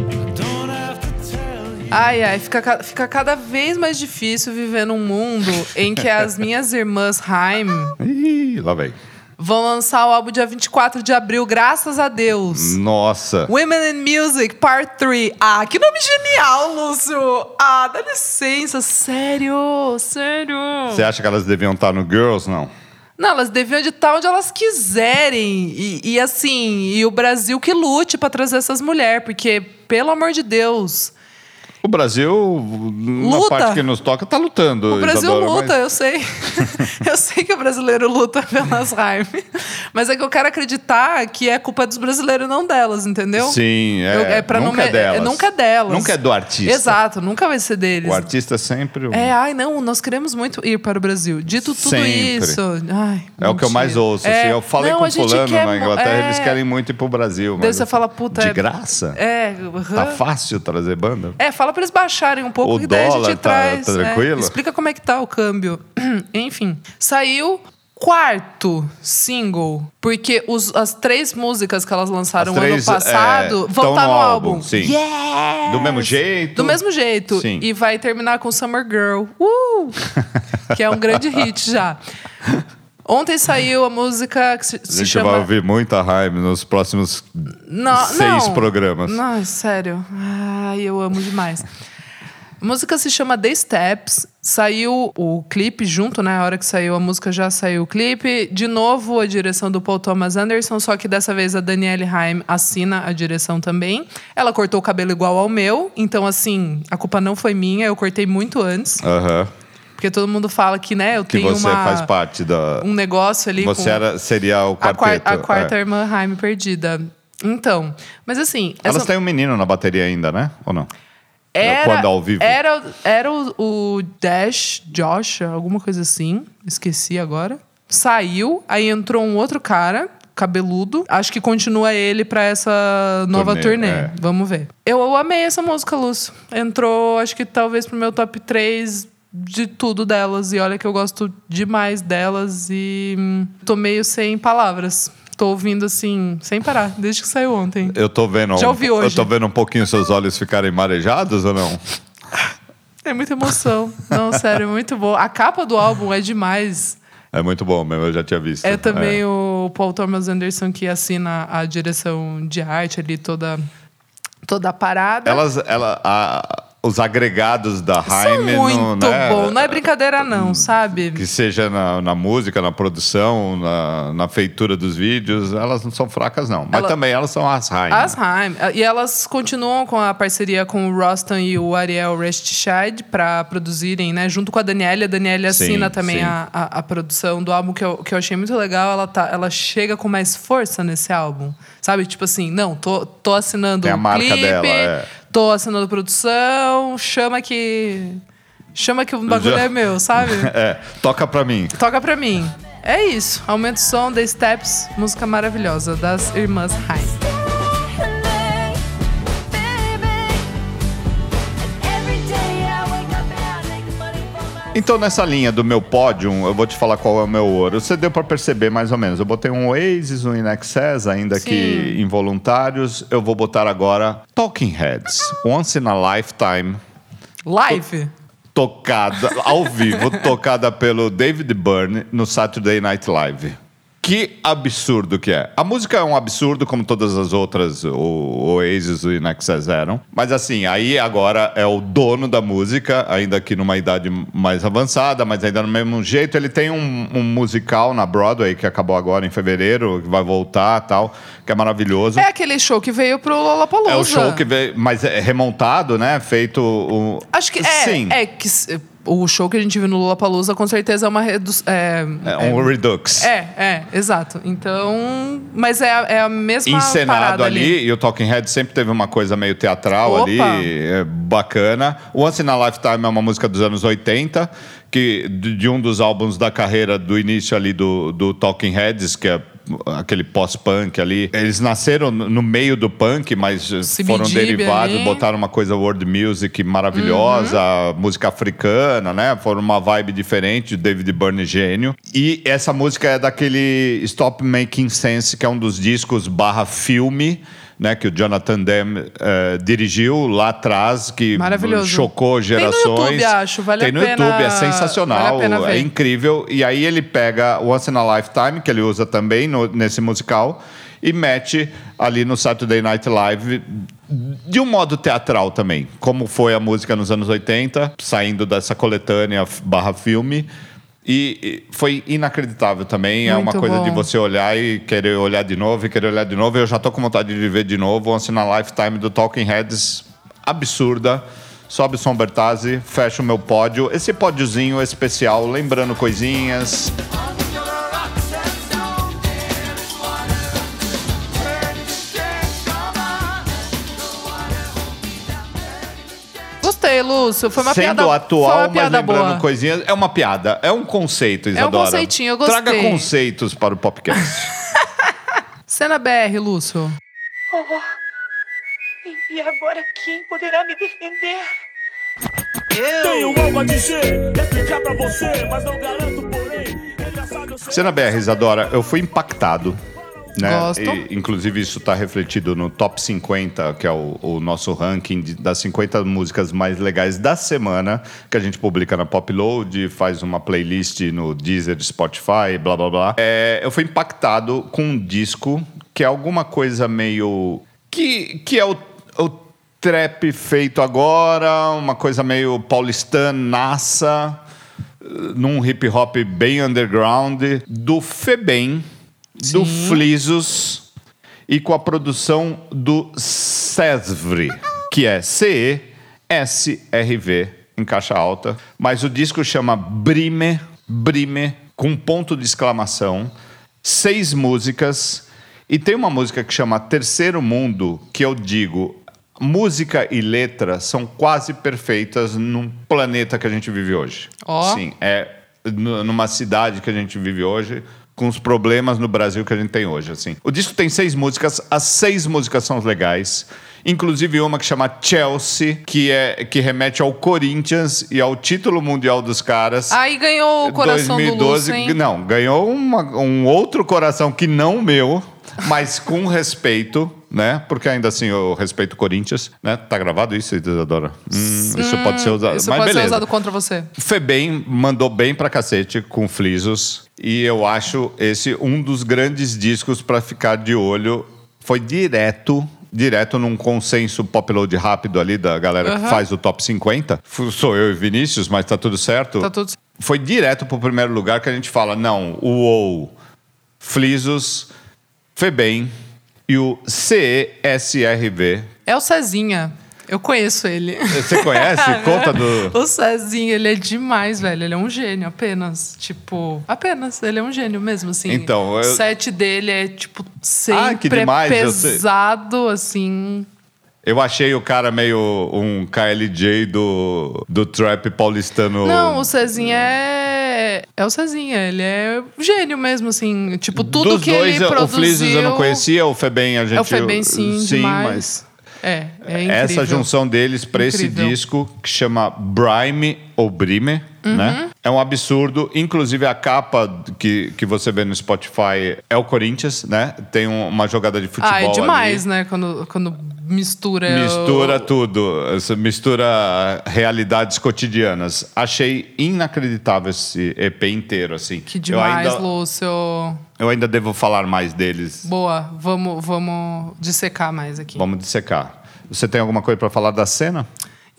[SPEAKER 5] I don't have to tell you.
[SPEAKER 2] Ai, ai, fica, ca- fica cada vez mais difícil viver num mundo em que as minhas irmãs Haim
[SPEAKER 1] Ih, lá vem.
[SPEAKER 2] vão lançar o álbum dia 24 de abril, graças a Deus.
[SPEAKER 1] Nossa.
[SPEAKER 2] Women in Music, Part 3. Ah, que nome genial, Lúcio! Ah, dá licença, sério, sério.
[SPEAKER 1] Você acha que elas deviam estar no Girls? Não.
[SPEAKER 2] Não, elas deviam editar onde elas quiserem. E, e assim, e o Brasil que lute pra trazer essas mulheres, porque, pelo amor de Deus,
[SPEAKER 1] O Brasil, na
[SPEAKER 2] Luta.
[SPEAKER 1] parte que nos toca, tá lutando.
[SPEAKER 2] O Brasil
[SPEAKER 1] Isadora, mas-
[SPEAKER 2] luta, eu sei. *laughs* eu sei que o brasileiro luta pelas raimes. Mas é que eu quero acreditar que é culpa dos brasileiros, não delas, entendeu?
[SPEAKER 1] Sim, é.
[SPEAKER 2] Eu- pra
[SPEAKER 1] nunca
[SPEAKER 2] não me-
[SPEAKER 1] é delas.
[SPEAKER 2] Nunca é delas.
[SPEAKER 1] Nunca é do artista.
[SPEAKER 2] Exato, nunca vai ser deles.
[SPEAKER 1] O artista é sempre... o-
[SPEAKER 2] É, ai, não, nós queremos muito ir para o Brasil. Dito tudo
[SPEAKER 1] Sempre.
[SPEAKER 2] isso. Ai,
[SPEAKER 1] É o que eu mais ouço. assim, eu falei
[SPEAKER 2] não,
[SPEAKER 1] com
[SPEAKER 2] a gente
[SPEAKER 1] fulano
[SPEAKER 2] quer
[SPEAKER 1] na
[SPEAKER 2] mu-
[SPEAKER 1] Inglaterra,
[SPEAKER 2] é.
[SPEAKER 1] eles querem muito ir pro Brasil.
[SPEAKER 2] Daí
[SPEAKER 1] mas
[SPEAKER 2] você
[SPEAKER 1] eu-
[SPEAKER 2] fala, puta.
[SPEAKER 1] De
[SPEAKER 2] é-
[SPEAKER 1] graça?
[SPEAKER 2] É, aham.
[SPEAKER 1] Tá fácil trazer banda?
[SPEAKER 2] É, fala pra eles baixarem um pouco
[SPEAKER 1] O
[SPEAKER 2] que daí a
[SPEAKER 1] dólar
[SPEAKER 2] gente
[SPEAKER 1] tá-
[SPEAKER 2] traz.
[SPEAKER 1] tá
[SPEAKER 2] né?
[SPEAKER 1] tranquilo?
[SPEAKER 2] Explica como é que tá o câmbio. *clears throat* Enfim, saiu quarto single, porque os- as três músicas que elas lançaram
[SPEAKER 1] As três,
[SPEAKER 2] um ano passado
[SPEAKER 1] é,
[SPEAKER 2] vão
[SPEAKER 1] tão
[SPEAKER 2] estar
[SPEAKER 1] no
[SPEAKER 2] no
[SPEAKER 1] álbum,
[SPEAKER 2] álbum.
[SPEAKER 1] sim.
[SPEAKER 2] Yes!
[SPEAKER 1] Do mesmo jeito?
[SPEAKER 2] Do mesmo jeito.
[SPEAKER 1] Sim.
[SPEAKER 2] E vai terminar com Summer Girl. Uh! *laughs* Que é
[SPEAKER 1] *laughs*
[SPEAKER 2] um grande hit já. Ontem saiu a música que se,
[SPEAKER 1] A
[SPEAKER 2] se
[SPEAKER 1] gente
[SPEAKER 2] chama...
[SPEAKER 1] vai ouvir muita raiva nos próximos
[SPEAKER 2] Não,
[SPEAKER 1] seis
[SPEAKER 2] não.
[SPEAKER 1] programas.
[SPEAKER 2] Não, sério. Ai, eu amo demais. A música se chama The Steps. Saiu o clipe junto, né? A hora que saiu a música já saiu o clipe. De novo, a direção do Paul Thomas Anderson, só que dessa vez a Danielle Haim assina a direção também. Ela cortou o cabelo igual ao meu, então, assim, a culpa não foi minha, eu cortei muito antes.
[SPEAKER 1] Aham.
[SPEAKER 2] Porque todo mundo fala que, né, eu
[SPEAKER 1] Que
[SPEAKER 2] tenho
[SPEAKER 1] você
[SPEAKER 2] uma-
[SPEAKER 1] faz parte da...
[SPEAKER 2] um negócio ali.
[SPEAKER 1] Você
[SPEAKER 2] com-
[SPEAKER 1] era, seria o
[SPEAKER 2] a, quar-
[SPEAKER 1] quarteto.
[SPEAKER 2] a quarta
[SPEAKER 1] é.
[SPEAKER 2] irmã Haim perdida. Então, mas assim.
[SPEAKER 1] Elas
[SPEAKER 2] essa-
[SPEAKER 1] têm um menino na bateria ainda, né? Ou não?
[SPEAKER 2] Era,
[SPEAKER 1] Quando ao vivo.
[SPEAKER 2] Era, era o, o Dash, Josh, alguma coisa assim. Esqueci agora. Saiu, aí entrou um outro cara, cabeludo. Acho que continua ele pra essa nova
[SPEAKER 1] Turnê,
[SPEAKER 2] turnê.
[SPEAKER 1] é.
[SPEAKER 2] Vamos ver. Eu, eu amei essa música, Lúcio. Entrou, acho que talvez pro meu top 3 de tudo delas. E olha que eu gosto demais delas. E hum, tô meio sem palavras. Tô ouvindo assim, sem parar, desde que saiu ontem.
[SPEAKER 1] Eu tô vendo.
[SPEAKER 2] Já
[SPEAKER 1] um-
[SPEAKER 2] ouvi hoje.
[SPEAKER 1] Eu tô vendo um pouquinho seus olhos ficarem marejados ou não?
[SPEAKER 2] É muita emoção. Não, *laughs* sério, é muito bom. A capa do álbum é demais.
[SPEAKER 1] É muito bom mesmo, eu já tinha visto.
[SPEAKER 2] É também
[SPEAKER 1] É.
[SPEAKER 2] o Paul Thomas Anderson que assina a direção de arte ali, toda, toda a parada.
[SPEAKER 1] É. Elas, ela, a- os agregados da
[SPEAKER 2] São
[SPEAKER 1] Heine.
[SPEAKER 2] muito
[SPEAKER 1] no, né, Hum.
[SPEAKER 2] bom. Não é brincadeira, não, sabe?
[SPEAKER 1] Que seja na, na música, na produção, na, na feitura dos vídeos, elas não são fracas, não. Mas
[SPEAKER 2] Ela-
[SPEAKER 1] também elas são as Heine.
[SPEAKER 2] As Haim. E elas continuam com a parceria com o Rostam e o Ariel Restscheid para produzirem, né? Junto com a Daniela. A Daniela
[SPEAKER 1] Sim,
[SPEAKER 2] assina também
[SPEAKER 1] sim.
[SPEAKER 2] a, a, a produção do álbum, que eu, que eu achei muito legal. Ela, tá, ela chega com mais força nesse álbum. Sabe? Tipo assim, não, tô, tô assinando
[SPEAKER 1] Tem a
[SPEAKER 2] o
[SPEAKER 1] marca
[SPEAKER 2] clipe,
[SPEAKER 1] dela, é.
[SPEAKER 2] tô assinando produção, chama que... Chama que o bagulho
[SPEAKER 1] Já-
[SPEAKER 2] é
[SPEAKER 1] *laughs*
[SPEAKER 2] meu, sabe?
[SPEAKER 1] *laughs* É, toca pra mim.
[SPEAKER 2] Toca pra mim. É isso. Aumenta o som, The Steps, música maravilhosa das Irmãs Haim.
[SPEAKER 1] Então, nessa linha do meu pódio, eu vou te falar qual é o meu ouro. Você deu pra perceber mais ou menos. Eu botei um Oasis, um In Excess, ainda que
[SPEAKER 2] Sim.
[SPEAKER 1] involuntários. Eu vou botar agora Talking Heads, Once in a Lifetime,
[SPEAKER 2] Live?
[SPEAKER 1] tocada ao vivo, *laughs* tocada pelo David Byrne no Saturday Night Live. Que absurdo que é. A música é um absurdo, como todas as outras, o o Oasis e o Inexcess eram. Mas assim, aí agora é o dono da música, ainda que numa idade mais avançada, mas ainda no mesmo jeito. Ele tem um, um musical na Broadway, que acabou agora em fevereiro, que vai voltar tal, que é maravilhoso.
[SPEAKER 2] É aquele show que veio pro Lollapalooza.
[SPEAKER 1] É o show que veio, mas é remontado, né? Feito o.
[SPEAKER 2] Acho que é,
[SPEAKER 1] Sim.
[SPEAKER 2] é que s- o show que a gente viu no Lollapalooza com certeza é uma redução... É,
[SPEAKER 1] É um redux.
[SPEAKER 2] é, é, exato. Então... Mas é, a- é a mesma
[SPEAKER 1] Encenado
[SPEAKER 2] parada
[SPEAKER 1] ali, e o Talking Head sempre teve uma coisa meio teatral
[SPEAKER 2] Opa.
[SPEAKER 1] ali, é, bacana. Once in a Lifetime é uma música dos anos 80, que, de, de um dos álbuns da carreira do início ali do, do Talking Heads, que é aquele pós-punk ali. Eles nasceram no no meio do punk, mas eh, foram
[SPEAKER 2] CBGB
[SPEAKER 1] derivados,
[SPEAKER 2] ali.
[SPEAKER 1] botaram uma coisa world music maravilhosa,
[SPEAKER 2] Uhum.
[SPEAKER 1] música africana, né? Foram uma vibe diferente, David Byrne gênio. E essa música é daquele Stop Making Sense, que é um dos discos barra filme, né? Que o Jonathan Demme eh, dirigiu lá atrás, que
[SPEAKER 2] Maravilhoso.
[SPEAKER 1] chocou
[SPEAKER 2] Tem no
[SPEAKER 1] gerações.
[SPEAKER 2] YouTube, acho, vale
[SPEAKER 1] Tem
[SPEAKER 2] a
[SPEAKER 1] no
[SPEAKER 2] pena-
[SPEAKER 1] YouTube, é
[SPEAKER 2] vale
[SPEAKER 1] sensacional,
[SPEAKER 2] a pena
[SPEAKER 1] é
[SPEAKER 2] ver.
[SPEAKER 1] incrível. E aí ele pega Once in a Lifetime, que ele usa também no- nesse musical, e mete ali no Saturday Night Live de um modo teatral também, como foi a música nos anos 80, saindo dessa coletânea f- barra filme. E e foi inacreditável também. é uma
[SPEAKER 2] Muito
[SPEAKER 1] coisa de
[SPEAKER 2] bom.
[SPEAKER 1] você olhar e querer olhar de novo e querer olhar de novo. Eu já tô com vontade de ver de novo. Once in a Lifetime do Talking Heads. Absurda. Sobe o som Bertazzi, fecha o meu pódio. Esse pódiozinho especial, lembrando coisinhas.
[SPEAKER 2] Gostei, Lúcio. Foi uma
[SPEAKER 1] sendo
[SPEAKER 2] piada, foi
[SPEAKER 1] atual,
[SPEAKER 2] uma
[SPEAKER 1] mas
[SPEAKER 2] piada
[SPEAKER 1] lembrando
[SPEAKER 2] boa.
[SPEAKER 1] coisinhas. É uma piada, é um conceito, Isadora.
[SPEAKER 2] conceitinho, eu gostei.
[SPEAKER 1] Traga conceitos para o podcast.
[SPEAKER 2] Cena BR, Lúcio.
[SPEAKER 6] E agora quem poderá me defender?
[SPEAKER 5] Tenho algo a dizer, explicar pra você, mas não garanto, porém. Ele sabe, eu sei.
[SPEAKER 1] Cena BR, Isadora, eu fui impactado. Né?
[SPEAKER 2] Gosto.
[SPEAKER 1] E, inclusive, isso está refletido no top 50, que é o, o nosso ranking de- das 50 músicas mais legais da semana, que a gente publica na Popload, faz uma playlist no Deezer, Spotify, blá blá blá. É, eu fui impactado com um disco que é alguma coisa meio. que, que é o- o trap feito agora, uma coisa meio paulistanaça, eh, num hip hop bem underground, do Febem, do Flizos e com a produção do Cesvre, que é C-E-S-R-V, em caixa alta. Mas o disco chama Brime, Brime, com um ponto de exclamação, seis músicas. E tem uma música que chama Terceiro Mundo, que eu digo, Música e letra são quase perfeitas num planeta que a gente vive hoje.
[SPEAKER 2] Ó.
[SPEAKER 1] Sim, é n- numa cidade que a gente vive hoje, com os problemas no Brasil que a gente tem hoje, assim. O disco tem seis músicas, as seis músicas são legais. inclusive uma que chama Chelsea, que, é, que remete ao Corinthians e ao título mundial dos caras.
[SPEAKER 2] Aí ganhou Ah, o coração do Lúcio, hein?
[SPEAKER 1] Não, ganhou uma- um outro coração que não o meu, mas com respeito, né? Porque ainda assim eu respeito o Corinthians, né? Tá gravado isso, Isadora? Hum, isso pode ser usado.
[SPEAKER 2] Isso
[SPEAKER 1] mas
[SPEAKER 2] pode ser
[SPEAKER 1] beleza.
[SPEAKER 2] usado contra você. Tá
[SPEAKER 1] Febem mandou bem pra cacete com Flizos. E eu acho esse um dos grandes discos pra ficar de olho. Foi direto, direto num consenso pop load rápido ali da galera que faz o top 50. Fu- Sou eu e Vinícius, mas tá tudo certo.
[SPEAKER 2] Tá tudo-
[SPEAKER 1] Foi direto pro primeiro lugar que a gente fala: não, o OU, Flizos, Febem e o CESRV.
[SPEAKER 2] É o Cezinha. Eu conheço ele.
[SPEAKER 1] Você conhece?
[SPEAKER 2] *laughs*
[SPEAKER 1] Conta do.
[SPEAKER 2] O Cezinha, ele é demais, velho. Ele é um gênio, apenas. Tipo, apenas. Ele é um gênio mesmo, assim.
[SPEAKER 1] Então, eu- Ah,
[SPEAKER 2] O set dele é, tipo, sempre
[SPEAKER 1] que demais, eu sei.
[SPEAKER 2] pesado, assim.
[SPEAKER 1] Eu achei o cara meio um KLJ do, do trap paulistano.
[SPEAKER 2] Não, o Cezinha é... É o Cezinha. Ele é um gênio mesmo, assim. Tipo, tudo
[SPEAKER 1] Dos
[SPEAKER 2] que
[SPEAKER 1] dois, é,
[SPEAKER 2] ele produziu...
[SPEAKER 1] O Flizes eu não conhecia, o Febem a gente...
[SPEAKER 2] É o Febem, sim, demais.
[SPEAKER 1] mas
[SPEAKER 2] É, é incrível.
[SPEAKER 1] essa junção deles pra esse
[SPEAKER 2] Incrível.
[SPEAKER 1] disco que chama Brime ou Brime,
[SPEAKER 2] Uhum.
[SPEAKER 1] né? É um absurdo. Inclusive a capa que, que você vê no Spotify é o Corinthians, né? Tem um- uma jogada de futebol
[SPEAKER 2] Ah, é
[SPEAKER 1] ali.
[SPEAKER 2] demais, né? Quando, quando mistura...
[SPEAKER 1] Mistura
[SPEAKER 2] o-
[SPEAKER 1] tudo, essa mistura realidades cotidianas. Achei inacreditável esse EP inteiro, assim.
[SPEAKER 2] Que demais,
[SPEAKER 1] eu ainda,
[SPEAKER 2] Lúcio.
[SPEAKER 1] eu ainda devo falar mais deles.
[SPEAKER 2] Boa, vamos, vamos dissecar mais aqui.
[SPEAKER 1] Vamos dissecar. Você tem alguma coisa pra falar da cena?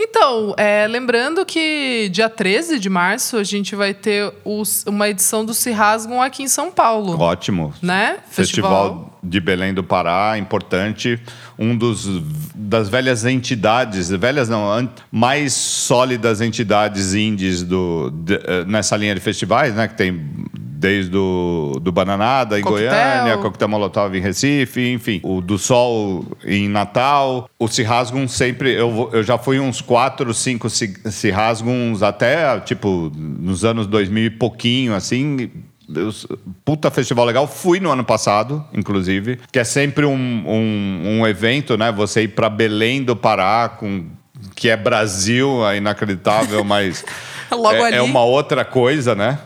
[SPEAKER 2] Então, é, lembrando que dia 13 de março a gente vai ter os- uma edição do Se Rasgam aqui em São Paulo.
[SPEAKER 1] Ótimo.
[SPEAKER 2] Né?
[SPEAKER 1] Festival, de Belém do Pará, importante, um dos das velhas entidades, velhas não, an- mais sólidas entidades indies do, de- eh, nessa linha de festivais, né? Que tem desde o do Bananada em
[SPEAKER 2] Coquetel.
[SPEAKER 1] Goiânia, Coquetel Molotov em Recife, enfim, o do Sol em Natal, o Se Rasgam sempre, eu, vou- eu já fui uns quatro, cinco Se, se Rasgams até, tipo, nos anos 2000 e pouquinho, assim, eu- puta festival legal. Fui no ano passado, inclusive, que é sempre um, um, um evento, né? Você ir pra Belém do Pará, com, que é Brasil, é
[SPEAKER 2] *laughs*
[SPEAKER 1] inacreditável, mas
[SPEAKER 2] Logo
[SPEAKER 1] é,
[SPEAKER 2] ali.
[SPEAKER 1] é uma outra coisa, né?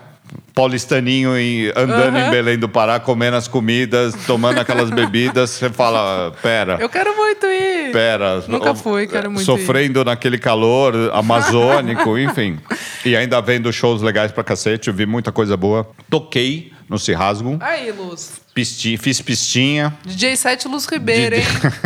[SPEAKER 1] Paulistaninho em- andando em Belém do Pará, comendo as comidas, tomando
[SPEAKER 2] *laughs*
[SPEAKER 1] aquelas bebidas. Você fala, pera.
[SPEAKER 2] Eu quero muito ir.
[SPEAKER 1] Pera,
[SPEAKER 2] Nunca
[SPEAKER 1] o-
[SPEAKER 2] fui, quero muito
[SPEAKER 1] Sofrendo naquele calor
[SPEAKER 2] *laughs*
[SPEAKER 1] amazônico, enfim. E ainda vendo shows legais pra cacete, eu vi muita coisa boa. Toquei no Se Rasgam,
[SPEAKER 2] Aí, Luz.
[SPEAKER 1] pisti- fiz pistinha.
[SPEAKER 2] DJ 7 Luz Ribeiro, hein?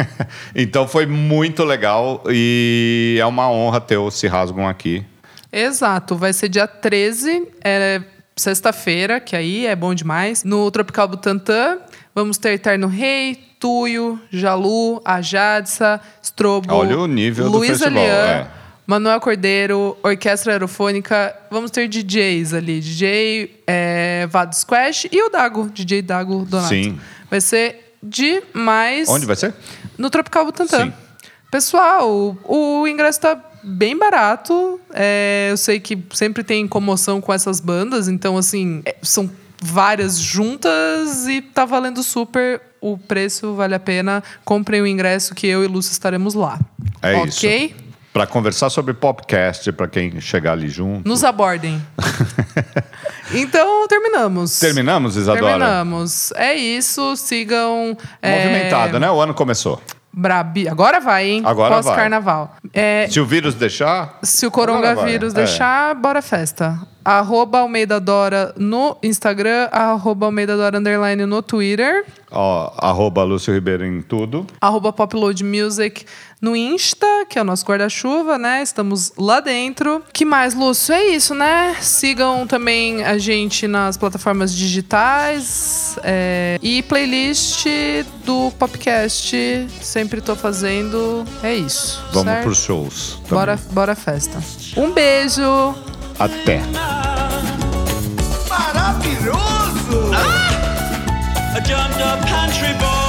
[SPEAKER 1] *laughs* então foi muito legal e é uma honra ter o Se Rasgam aqui.
[SPEAKER 2] Exato, vai ser dia 13, é sexta-feira, que aí é bom demais. No Tropical Butantã, vamos ter Terno Rei, Tuyo, Jalu, Ajadsa, Strobo.
[SPEAKER 1] Olha o nível do
[SPEAKER 2] Luísa
[SPEAKER 1] festival,
[SPEAKER 2] Lian,
[SPEAKER 1] é.
[SPEAKER 2] Manuel Cordeiro, Orquestra Aerofônica. Vamos ter DJs ali, DJ é, Vado Squash e o Dago, DJ Dago Donato.
[SPEAKER 1] Sim.
[SPEAKER 2] Vai ser demais.
[SPEAKER 1] Onde vai ser?
[SPEAKER 2] No Tropical Butantã.
[SPEAKER 1] Sim.
[SPEAKER 2] Pessoal, o, o ingresso tá bem barato. É, eu sei que sempre tem comoção com essas bandas, então, assim, é, são várias juntas e tá valendo super. O preço vale a pena. Comprem o ingresso que eu e Lúcia estaremos lá.
[SPEAKER 1] É
[SPEAKER 2] ok?
[SPEAKER 1] isso. Pra conversar sobre podcast, pra quem chegar ali junto. *laughs*
[SPEAKER 2] Nos abordem. então, terminamos.
[SPEAKER 1] Terminamos, Isadora?
[SPEAKER 2] Terminamos. É isso. Sigam. é,
[SPEAKER 1] Movimentado, né? O ano começou.
[SPEAKER 2] Brabi. Agora vai, hein?
[SPEAKER 1] Agora vai.
[SPEAKER 2] Pós-carnaval. É,
[SPEAKER 1] Se o vírus deixar,
[SPEAKER 2] Se o coronavírus
[SPEAKER 1] Agora vai, é.
[SPEAKER 2] deixar, bora festa. Arroba Almeida Dora no Instagram, arroba Almeida Dora underline no
[SPEAKER 1] É.
[SPEAKER 2] Twitter,
[SPEAKER 1] ó, arroba Lúcio Ribeiro em tudo.
[SPEAKER 2] arroba Popload Music no Insta, que é o nosso guarda-chuva, né? Estamos lá dentro. Que mais, Lúcio? É isso, né? Sigam também a gente nas plataformas digitais é, e playlist do podcast. Sempre tô fazendo. É isso.
[SPEAKER 1] Vamos
[SPEAKER 2] certo?
[SPEAKER 1] pros shows. Tá também.
[SPEAKER 2] Bora, bora festa. Um beijo!
[SPEAKER 1] Até.
[SPEAKER 4] Maravilhoso!
[SPEAKER 5] A dumb dumb country boy.